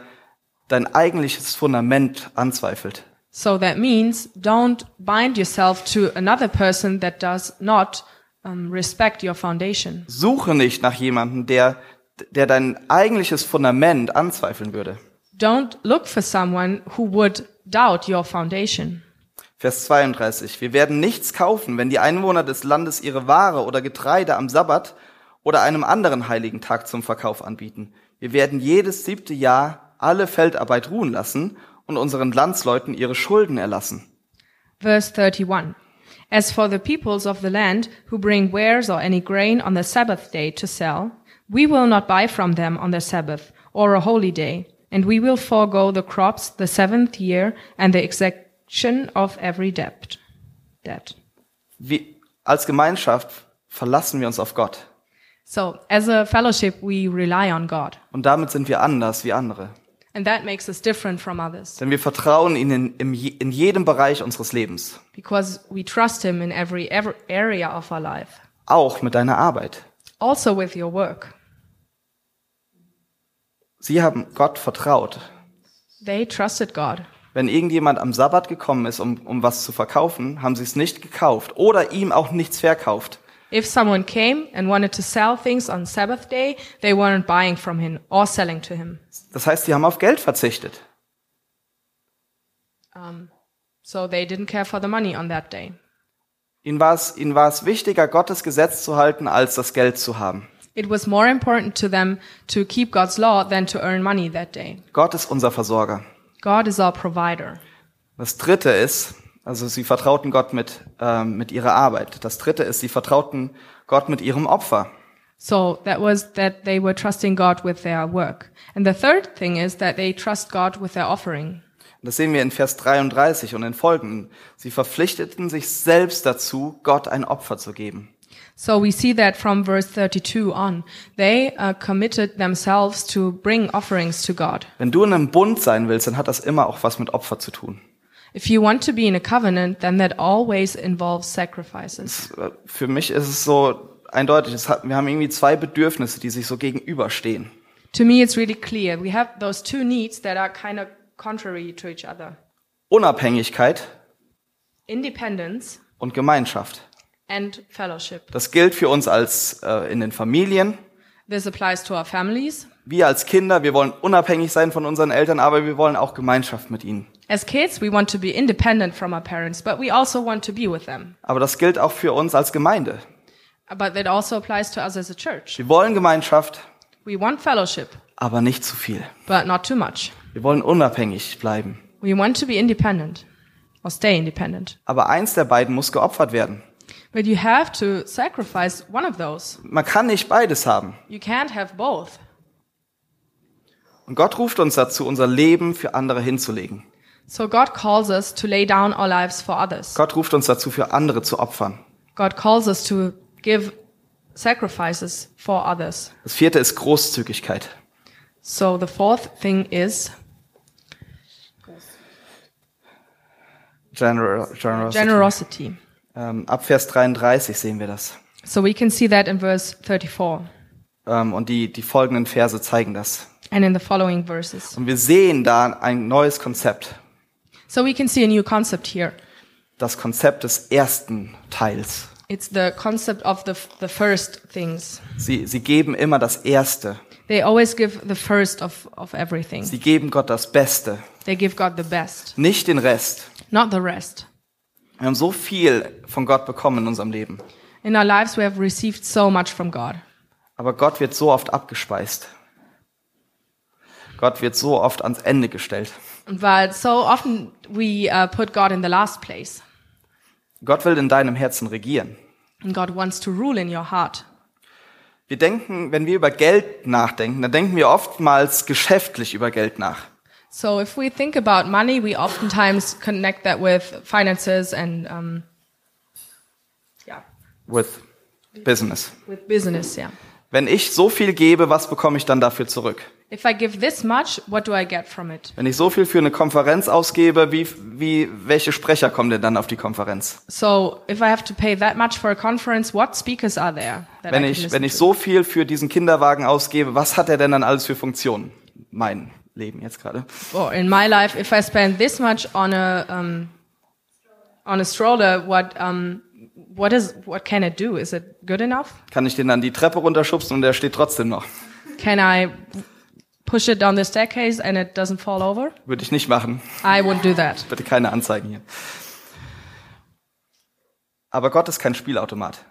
[SPEAKER 2] dein eigentliches Fundament anzweifelt.
[SPEAKER 3] So that means don't bind yourself to another person that does not um, respect your foundation.
[SPEAKER 2] Suche nicht nach jemanden, der, der dein eigentliches Fundament anzweifeln würde.
[SPEAKER 3] Don't look for someone who would doubt your foundation.
[SPEAKER 2] Vers 32. Wir werden nichts kaufen, wenn die Einwohner des Landes ihre Ware oder Getreide am Sabbat oder einem anderen heiligen Tag zum Verkauf anbieten. Wir werden jedes siebte Jahr alle Feldarbeit ruhen lassen und unseren Landsleuten ihre Schulden erlassen.
[SPEAKER 3] Verse 31. As for the peoples of the land who bring wares or any grain on the Sabbath day to sell, we will not buy from them on the Sabbath or a holy day, and we will forego the crops the seventh year and the exaction of every debt. Debt.
[SPEAKER 2] Wir, als Gemeinschaft verlassen wir uns auf Gott.
[SPEAKER 3] So, as a fellowship, we rely on God,
[SPEAKER 2] Und damit sind wir anders wie andere.
[SPEAKER 3] and that makes us different from others
[SPEAKER 2] Denn wir vertrauen ihnen in, je- in jedem Bereich unseres Lebens.
[SPEAKER 3] because we trust Him in every, every area of our life,
[SPEAKER 2] Auch mit deiner Arbeit.
[SPEAKER 3] also with your work.
[SPEAKER 2] Sie haben Gott vertraut.
[SPEAKER 3] They trusted God.
[SPEAKER 2] Wenn irgendjemand am Sabbat gekommen ist, um, um was zu verkaufen, haben sie es nicht gekauft oder ihm auch nichts verkauft.
[SPEAKER 3] If someone came and wanted to sell things on Sabbath day, they weren't buying from him or selling to him.
[SPEAKER 2] Das heißt, sie haben auf Geld verzichtet.
[SPEAKER 3] So they didn't care for the money on that day.
[SPEAKER 2] Ihnen war es, ihnen war es wichtiger, Gottes Gesetz zu halten, als das Geld zu haben.
[SPEAKER 3] It was more important to them to keep God's law than to earn money that day.
[SPEAKER 2] Gott ist unser Versorger.
[SPEAKER 3] God is our provider.
[SPEAKER 2] Das dritte ist, also sie vertrauten Gott mit, ähm, mit ihrer Arbeit. Das dritte ist, sie vertrauten Gott mit ihrem Opfer.
[SPEAKER 3] So that was that they were trusting God with their work. And the third thing is that they trust God with their offering.
[SPEAKER 2] Das sehen wir in Vers 33 und in folgenden. Sie verpflichteten sich selbst dazu, Gott ein Opfer zu geben.
[SPEAKER 3] So we see that from verse 32 on. They uh, committed themselves to bring offerings to God.
[SPEAKER 2] Wenn du in einem Bund sein willst, dann hat das immer auch was mit Opfer zu tun.
[SPEAKER 3] If you want to be in a covenant, then that always involves sacrifices.
[SPEAKER 2] Äh, Für mich ist es so eindeutig, es hat, wir haben irgendwie zwei Bedürfnisse, die sich so gegenüberstehen.
[SPEAKER 3] To me, it's really clear. We have those two needs that are kind of contrary to each other
[SPEAKER 2] Unabhängigkeit
[SPEAKER 3] independence
[SPEAKER 2] und Gemeinschaft.
[SPEAKER 3] and fellowship.
[SPEAKER 2] Das gilt für uns als äh, in den Familien.
[SPEAKER 3] This applies to our families.
[SPEAKER 2] Wir als Kinder, wir wollen unabhängig sein von unseren Eltern, aber wir wollen auch Gemeinschaft mit ihnen.
[SPEAKER 3] As kids, we want to be independent from our parents, but we also want to be with them.
[SPEAKER 2] Aber das gilt auch für uns als Gemeinde.
[SPEAKER 3] But that also applies to us as a church.
[SPEAKER 2] Wir wollen Gemeinschaft,
[SPEAKER 3] We want fellowship,
[SPEAKER 2] aber nicht zu viel.
[SPEAKER 3] but not too much.
[SPEAKER 2] Wir wollen unabhängig bleiben.
[SPEAKER 3] We want to be independent or stay independent.
[SPEAKER 2] Aber eins der beiden muss geopfert werden.
[SPEAKER 3] But you have to sacrifice one of those.
[SPEAKER 2] Man kann nicht beides haben.
[SPEAKER 3] You can't have both.
[SPEAKER 2] Und Gott ruft uns dazu, unser Leben für andere hinzulegen.
[SPEAKER 3] So God calls us to lay down our lives for others.
[SPEAKER 2] Gott ruft uns dazu, für andere zu opfern.
[SPEAKER 3] God calls us to give sacrifices for others.
[SPEAKER 2] Das vierte ist Großzügigkeit.
[SPEAKER 3] So the fourth thing is
[SPEAKER 2] General, generosity.
[SPEAKER 3] generosity.
[SPEAKER 2] Ähm, ab Vers 33 sehen wir das.
[SPEAKER 3] So we can see that in verse 34
[SPEAKER 2] Ähm, und die, die folgenden Verse zeigen das.
[SPEAKER 3] and in the following verses.
[SPEAKER 2] Und wir sehen da ein neues Konzept.
[SPEAKER 3] So we can see a new concept here.
[SPEAKER 2] Das Konzept des ersten Teils.
[SPEAKER 3] It's the concept of the, the first things.
[SPEAKER 2] Sie, sie geben immer das Erste.
[SPEAKER 3] They always give the first of, of everything.
[SPEAKER 2] Sie geben Gott das Beste,
[SPEAKER 3] They give God the best,
[SPEAKER 2] nicht den Rest.
[SPEAKER 3] not the rest.
[SPEAKER 2] Wir haben so viel von Gott bekommen in unserem Leben.
[SPEAKER 3] In our lives, we have received so much from God,
[SPEAKER 2] Aber Gott wird so oft abgespeist. Gott wird so oft ans Ende gestellt.
[SPEAKER 3] but so often we uh, put God in the last place.
[SPEAKER 2] Gott will in deinem Herzen regieren.
[SPEAKER 3] And God wants to rule in your heart.
[SPEAKER 2] Wir denken, wenn wir über Geld nachdenken, dann denken wir oftmals geschäftlich über Geld nach.
[SPEAKER 3] So if we think about money, we oftentimes connect that with finances and um, yeah,
[SPEAKER 2] With business.
[SPEAKER 3] with business. Yeah.
[SPEAKER 2] Wenn ich so viel gebe, was bekomme ich dann dafür zurück?
[SPEAKER 3] If I give this much, what do I get from it?
[SPEAKER 2] Wenn ich so viel für eine Konferenz ausgebe, wie, wie, welche Sprecher kommen denn dann auf die Konferenz?
[SPEAKER 3] So if I have to pay that much for a conference, what speakers are there? That
[SPEAKER 2] Wenn
[SPEAKER 3] I can
[SPEAKER 2] ich,
[SPEAKER 3] listen
[SPEAKER 2] wenn ich
[SPEAKER 3] to?
[SPEAKER 2] so viel für diesen Kinderwagen ausgebe, was hat er denn dann alles für Funktionen? Mein Leben jetzt gerade.
[SPEAKER 3] or in my life, if I spend this much on a um, on a stroller, what um, what is what can it do? Is it good enough?
[SPEAKER 2] Kann ich den dann die Treppe runterschubsen und der steht trotzdem noch?
[SPEAKER 3] Can I push it down the staircase and it doesn't fall over?
[SPEAKER 2] Würde ich nicht machen.
[SPEAKER 3] I won't do that.
[SPEAKER 2] Bitte keine Anzeigen hier. Aber Gott ist kein Spielautomat.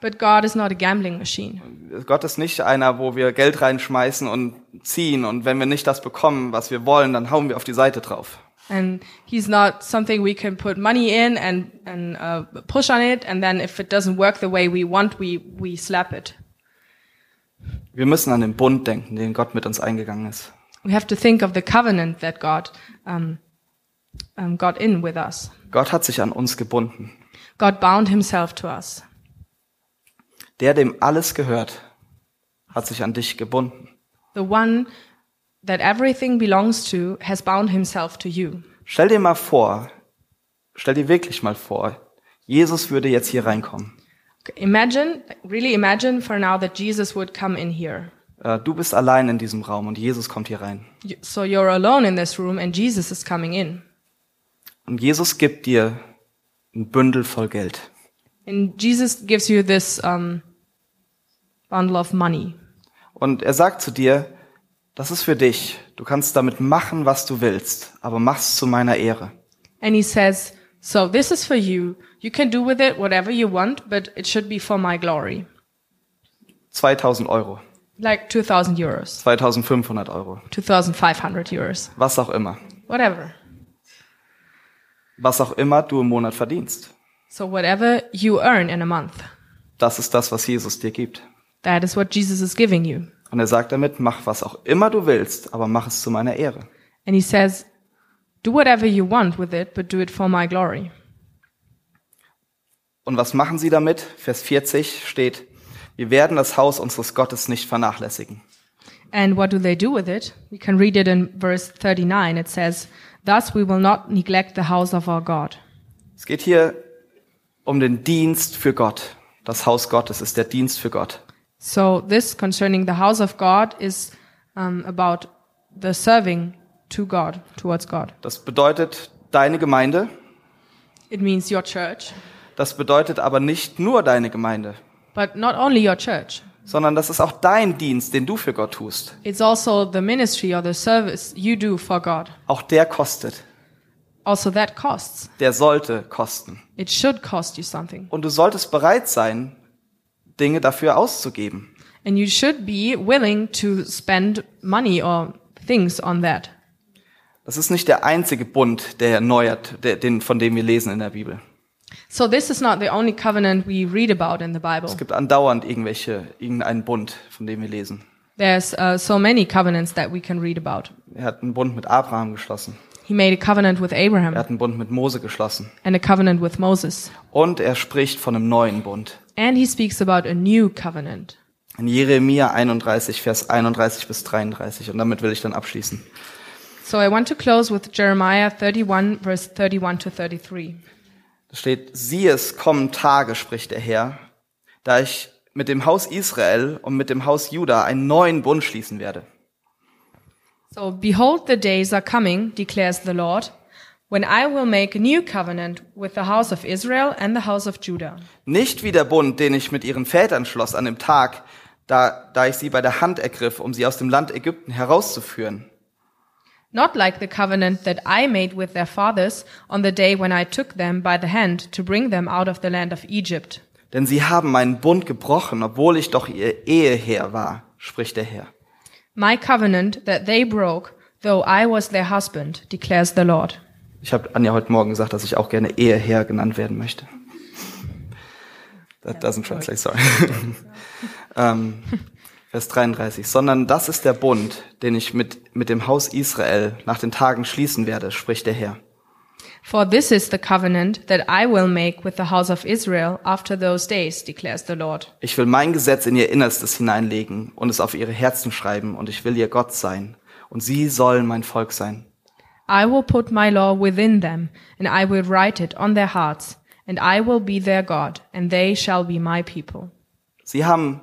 [SPEAKER 3] But God is not a gambling machine.
[SPEAKER 2] Gott ist nicht einer, wo wir Geld reinschmeißen und ziehen und wenn wir nicht das bekommen, was wir wollen, dann hauen wir auf die Seite drauf.
[SPEAKER 3] And he's not something we can put money in and, and uh, push on it, and then if it doesn't work the way we want, we, we slap it.
[SPEAKER 2] Wir müssen an den Bund denken, den Gott mit uns eingegangen ist.
[SPEAKER 3] We have to think of the covenant that God um, um, got in with us.
[SPEAKER 2] Gott hat sich an uns gebunden.
[SPEAKER 3] God bound himself to us.
[SPEAKER 2] Der, dem alles gehört, hat sich an dich gebunden.
[SPEAKER 3] The one that everything belongs to has bound himself to you.
[SPEAKER 2] Stell dir mal vor, stell dir wirklich mal vor, Jesus würde jetzt hier reinkommen.
[SPEAKER 3] Imagine, really imagine for now that Jesus would come in here.
[SPEAKER 2] Äh, Du bist allein in diesem Raum und Jesus kommt hier rein.
[SPEAKER 3] You- So you're alone in this room and Jesus is coming in.
[SPEAKER 2] Und Jesus gibt dir ein Bündel voll Geld.
[SPEAKER 3] And Jesus gives you this um, bundle of money.
[SPEAKER 2] Und er sagt zu dir, das ist für dich. Du kannst damit machen, was du willst, aber mach's zu meiner Ehre.
[SPEAKER 3] And he says, So this is for you. You can do with it whatever you want, but it should be for my glory.
[SPEAKER 2] 2000 Euro,
[SPEAKER 3] Like 2,000 euros,
[SPEAKER 2] 2500 Euro,
[SPEAKER 3] 2,500 euros,
[SPEAKER 2] was auch immer.
[SPEAKER 3] whatever.
[SPEAKER 2] Was auch immer du im Monat verdienst.
[SPEAKER 3] So whatever you earn in a month,
[SPEAKER 2] Das ist das, was Jesus dir gibt.
[SPEAKER 3] that is what Jesus is giving you.
[SPEAKER 2] Und er sagt damit, mach was auch immer du willst, aber mach es zu meiner Ehre.
[SPEAKER 3] And he says, Do whatever you want with it, but do it for my glory.
[SPEAKER 2] Und was machen sie damit? Vers 40 steht, wir werden das Haus unseres Gottes nicht vernachlässigen.
[SPEAKER 3] And what do they do with it? We can read it in verse 39. It says, Thus we will not neglect the house of our God.
[SPEAKER 2] Es geht hier um den Dienst für Gott. Das Haus Gottes ist der Dienst für Gott.
[SPEAKER 3] So this concerning the house of God is um, about the serving to God, towards God.
[SPEAKER 2] Das bedeutet deine Gemeinde,
[SPEAKER 3] It means your church,
[SPEAKER 2] das bedeutet aber nicht nur deine Gemeinde,
[SPEAKER 3] but not only your church.
[SPEAKER 2] sondern das ist auch dein Dienst, den du für Gott tust.
[SPEAKER 3] It's also the ministry or the service you do for God.
[SPEAKER 2] Auch der kostet,
[SPEAKER 3] Also that costs.
[SPEAKER 2] der sollte kosten.
[SPEAKER 3] It should cost you something.
[SPEAKER 2] Und du solltest bereit sein, Dinge dafür auszugeben.
[SPEAKER 3] And you should be willing to spend money or things on that.
[SPEAKER 2] Das ist nicht der einzige Bund, der erneuert, der, den, von dem wir lesen in der Bibel.
[SPEAKER 3] So this is not the only covenant we read about in the
[SPEAKER 2] Es
[SPEAKER 3] Bible.
[SPEAKER 2] gibt andauernd irgendwelche, irgendeinen Bund, von dem wir lesen.
[SPEAKER 3] There's uh, so many covenants that we can read about.
[SPEAKER 2] Er hat einen Bund mit Abraham geschlossen.
[SPEAKER 3] He made a covenant with
[SPEAKER 2] Er
[SPEAKER 3] Abraham
[SPEAKER 2] hat einen Bund mit Mose geschlossen.
[SPEAKER 3] and a covenant with Moses.
[SPEAKER 2] Und er spricht von einem neuen Bund.
[SPEAKER 3] And he speaks about a new covenant.
[SPEAKER 2] In Jeremia 31, Vers 31 bis 33. Und damit will ich dann abschließen.
[SPEAKER 3] So I want to close with Jeremiah 31, verse 31 to 33.
[SPEAKER 2] Da steht, sieh es kommen Tage, spricht der Herr, da ich mit dem Haus Israel und mit dem Haus Juda einen neuen Bund schließen werde.
[SPEAKER 3] So behold, the days are coming, declares the Lord, when I will make a new covenant with the house of Israel and the house of Judah.
[SPEAKER 2] Nicht wie der Bund, den ich mit ihren Vätern schloss an dem Tag, da, da ich sie bei der Hand ergriff, um sie aus dem Land Ägypten herauszuführen.
[SPEAKER 3] Not like the covenant that I made with their fathers on the day when I took them by the hand to bring them out of the land of Egypt.
[SPEAKER 2] Denn sie haben meinen Bund gebrochen, obwohl ich doch ihr Eheherr war, spricht der Herr.
[SPEAKER 3] My covenant that they broke, though I was their husband, declares the Lord.
[SPEAKER 2] Ich habe Anja heute Morgen gesagt, dass ich auch gerne Eheherr genannt werden möchte. That doesn't translate, sorry. <laughs> ähm, Vers 33. Sondern das ist der Bund, den ich mit, mit dem Haus Israel nach den Tagen schließen werde, spricht der Herr.
[SPEAKER 3] For this is the covenant that I will make with the house of Israel after those days, declares the Lord.
[SPEAKER 2] Ich will mein Gesetz in ihr Innerstes hineinlegen und es auf ihre Herzen schreiben und ich will ihr Gott sein und sie sollen mein Volk sein.
[SPEAKER 3] I will put my law within them, and I will write it on their hearts, and I will be their God, and they shall be my people.
[SPEAKER 2] Sie haben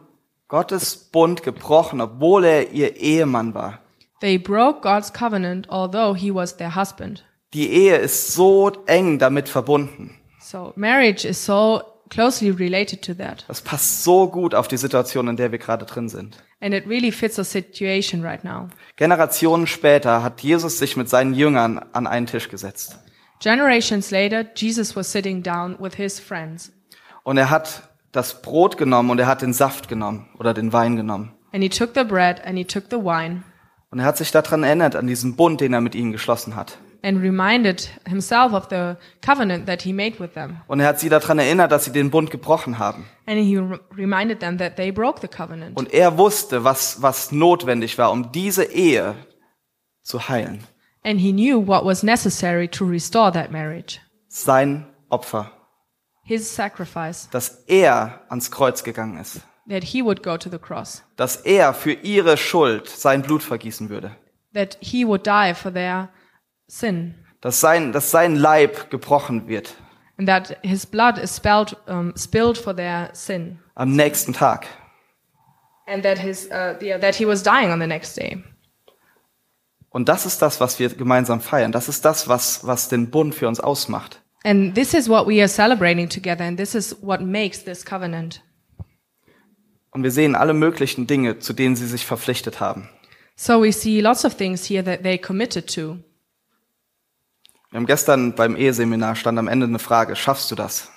[SPEAKER 2] Gottes Bund gebrochen, obwohl er ihr Ehemann war.
[SPEAKER 3] They broke God's covenant, although he was their husband.
[SPEAKER 2] Die Ehe ist so eng damit verbunden.
[SPEAKER 3] So marriage is so closely related to that,
[SPEAKER 2] Das passt so gut auf die Situation, in der wir gerade drin sind.
[SPEAKER 3] and it really fits our situation right now.
[SPEAKER 2] Generationen später hat Jesus sich mit seinen Jüngern an einen Tisch gesetzt.
[SPEAKER 3] Generations later, Jesus was sitting down with his friends,
[SPEAKER 2] Und er hat das Brot genommen und er hat den Saft genommen oder den Wein genommen.
[SPEAKER 3] and he took the bread and he took the wine,
[SPEAKER 2] Und er hat sich daran erinnert, an diesen Bund, den er mit ihnen geschlossen hat.
[SPEAKER 3] and reminded himself of the covenant that he made with them.
[SPEAKER 2] Und er hat sie daran erinnert, dass sie den Bund gebrochen haben.
[SPEAKER 3] And he re- reminded them that they broke the covenant.
[SPEAKER 2] Und er wusste, was, was notwendig war, um diese Ehe zu heilen.
[SPEAKER 3] And he knew what was necessary to restore that marriage
[SPEAKER 2] Sein Opfer,
[SPEAKER 3] his sacrifice,
[SPEAKER 2] dass er ans Kreuz gegangen ist.
[SPEAKER 3] that he would go to the cross,
[SPEAKER 2] Dass er für ihre Schuld sein Blut vergießen würde.
[SPEAKER 3] that he would die for their sin,
[SPEAKER 2] dass sein, dass sein Leib gebrochen wird
[SPEAKER 3] and that his blood is spelled, um, spilled for their sin,
[SPEAKER 2] am nächsten Tag.
[SPEAKER 3] and that, his, uh, yeah, that he was dying on the next day.
[SPEAKER 2] Und das ist das, was wir gemeinsam feiern. Das ist das, was, was den Bund für uns ausmacht.
[SPEAKER 3] And this is what we are celebrating together, and this is what makes this covenant.
[SPEAKER 2] Und wir sehen alle möglichen Dinge, zu denen sie sich verpflichtet haben.
[SPEAKER 3] So we see lots of things here that they committed to.
[SPEAKER 2] Wir haben gestern beim Eheseminar stand am Ende eine Frage, schaffst du das?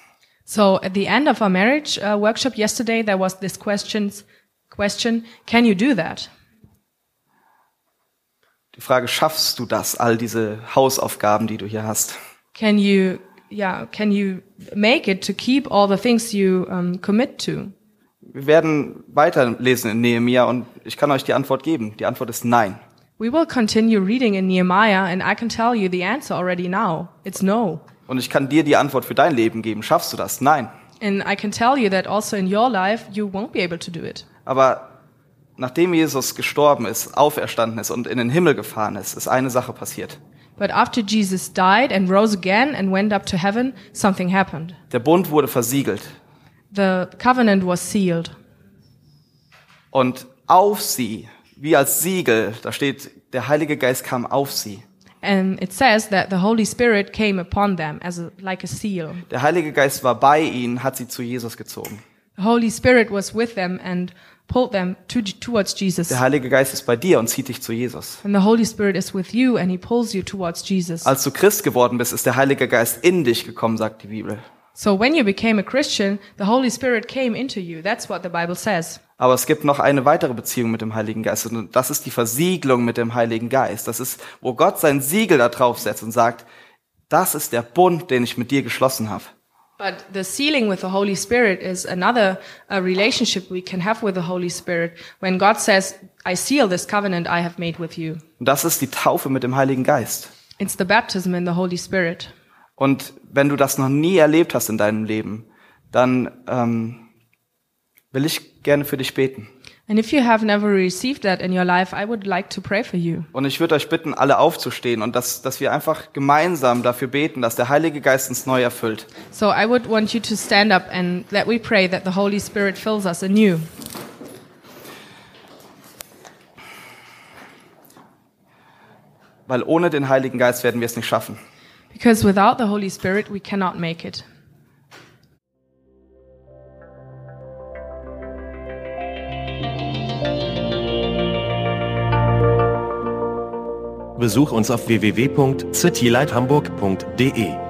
[SPEAKER 3] So at the end of our marriage uh, workshop yesterday, there was this questions, question, can you do that?
[SPEAKER 2] Die Frage, schaffst du das, all diese Hausaufgaben, die du hier hast?
[SPEAKER 3] can you yeah can you make it to keep all the things you um, commit to
[SPEAKER 2] Wir werden weiterlesen in Nehemia und ich kann euch die Antwort geben. Die Antwort ist nein.
[SPEAKER 3] we will continue reading in nehemiah and i can tell you the answer already now it's no
[SPEAKER 2] Und ich kann dir die Antwort für dein Leben geben. Schaffst du das? Nein.
[SPEAKER 3] and i can tell you that also in your life you won't be able to do it
[SPEAKER 2] Aber nachdem Jesus gestorben ist, auferstanden ist und in den Himmel gefahren ist, ist eine Sache passiert.
[SPEAKER 3] but after jesus died and rose again and went up to heaven something happened
[SPEAKER 2] Der Bund wurde versiegelt
[SPEAKER 3] the covenant was sealed
[SPEAKER 2] und auf sie wie als Siegel, da steht, der Heilige Geist kam auf sie.
[SPEAKER 3] And it says that the Holy Spirit came upon them as a, like a seal.
[SPEAKER 2] Der Heilige Geist war bei ihnen, hat sie zu Jesus gezogen.
[SPEAKER 3] The Holy Spirit was with them and pulled them to, towards Jesus.
[SPEAKER 2] Der Heilige Geist ist bei dir und zieht dich zu Jesus.
[SPEAKER 3] And the Holy Spirit is with you and he pulls you towards Jesus.
[SPEAKER 2] Als du Christ geworden bist, ist der Heilige Geist in dich gekommen, sagt die Bibel.
[SPEAKER 3] So when you became a Christian, the Holy Spirit came into you. That's what the Bible says.
[SPEAKER 2] Aber es gibt noch eine weitere Beziehung mit dem Heiligen Geist und das ist die Versiegelung mit dem Heiligen Geist. Das ist, wo Gott sein Siegel da drauf setzt und sagt, das ist der Bund, den ich mit dir geschlossen habe.
[SPEAKER 3] But the sealing with the Holy Spirit is another uh, relationship we can have with the Holy Spirit when God says, I seal this covenant I have made with you.
[SPEAKER 2] Und das ist die Taufe mit dem Heiligen Geist.
[SPEAKER 3] It's the baptism in the Holy Spirit.
[SPEAKER 2] Und wenn du das noch nie erlebt hast in deinem Leben, dann ähm, will ich gerne für dich beten.
[SPEAKER 3] And if you have never received that in your life, I would like to pray for you.
[SPEAKER 2] Und ich würde euch bitten, alle aufzustehen und dass, dass wir einfach gemeinsam dafür beten, dass der Heilige Geist uns neu erfüllt.
[SPEAKER 3] So I would want you to stand up and that we pray that the Holy Spirit fills us anew.
[SPEAKER 2] Weil ohne den Heiligen Geist werden wir es nicht schaffen.
[SPEAKER 3] Because without the Holy Spirit, we cannot make it.
[SPEAKER 1] Besuch uns auf www.citylighthamburg.de.